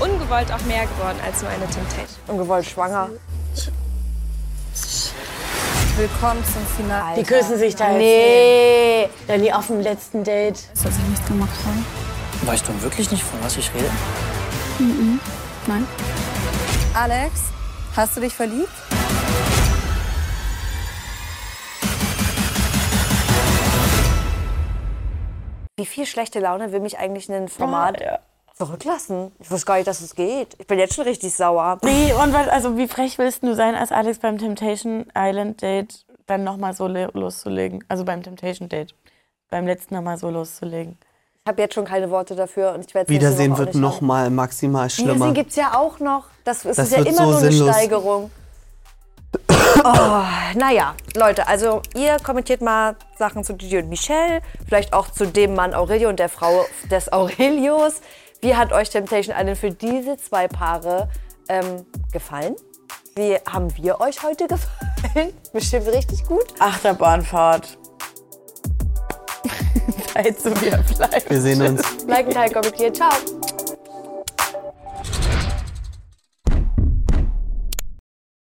Speaker 7: ungewollt auch mehr geworden als nur eine Temptation.
Speaker 2: Ungewollt schwanger.
Speaker 20: willkommen zum Finale.
Speaker 1: Die küssen sich da jetzt.
Speaker 20: Nee.
Speaker 1: Dann die auf dem letzten Date.
Speaker 4: Soll sie nicht gemacht haben?
Speaker 5: Weißt du wirklich nicht, von was ich rede?
Speaker 4: Mhm. Nein.
Speaker 20: Alex, hast du dich verliebt?
Speaker 2: Wie viel schlechte Laune will mich eigentlich in ein Format zurücklassen? Ich wusste gar nicht, dass es geht. Ich bin jetzt schon richtig sauer.
Speaker 1: Wie, und was, also wie frech willst du sein, als Alex beim Temptation Island Date dann nochmal so le- loszulegen? Also beim Temptation Date. Beim letzten nochmal so loszulegen.
Speaker 2: Ich habe jetzt schon keine Worte dafür und ich werde
Speaker 3: Wiedersehen wird nochmal maximal schlimmer.
Speaker 2: Wiedersehen gibt es ja auch noch. Das, es
Speaker 3: Das
Speaker 2: ist ja
Speaker 3: wird
Speaker 2: immer
Speaker 3: so
Speaker 2: nur eine
Speaker 3: sinnlos.
Speaker 2: Steigerung. oh, naja, Leute, also ihr kommentiert mal Sachen zu Didi und Michelle, vielleicht auch zu dem Mann Aurelio und der Frau des Aurelios. Wie hat euch Temptation Island für diese zwei Paare ähm, gefallen? Wie haben wir euch heute gefallen? Bestimmt richtig gut.
Speaker 1: Achterbahnfahrt. Zeit zu mir bleiben.
Speaker 3: Wir sehen uns.
Speaker 2: Liken, teilen, kommentieren. Ciao.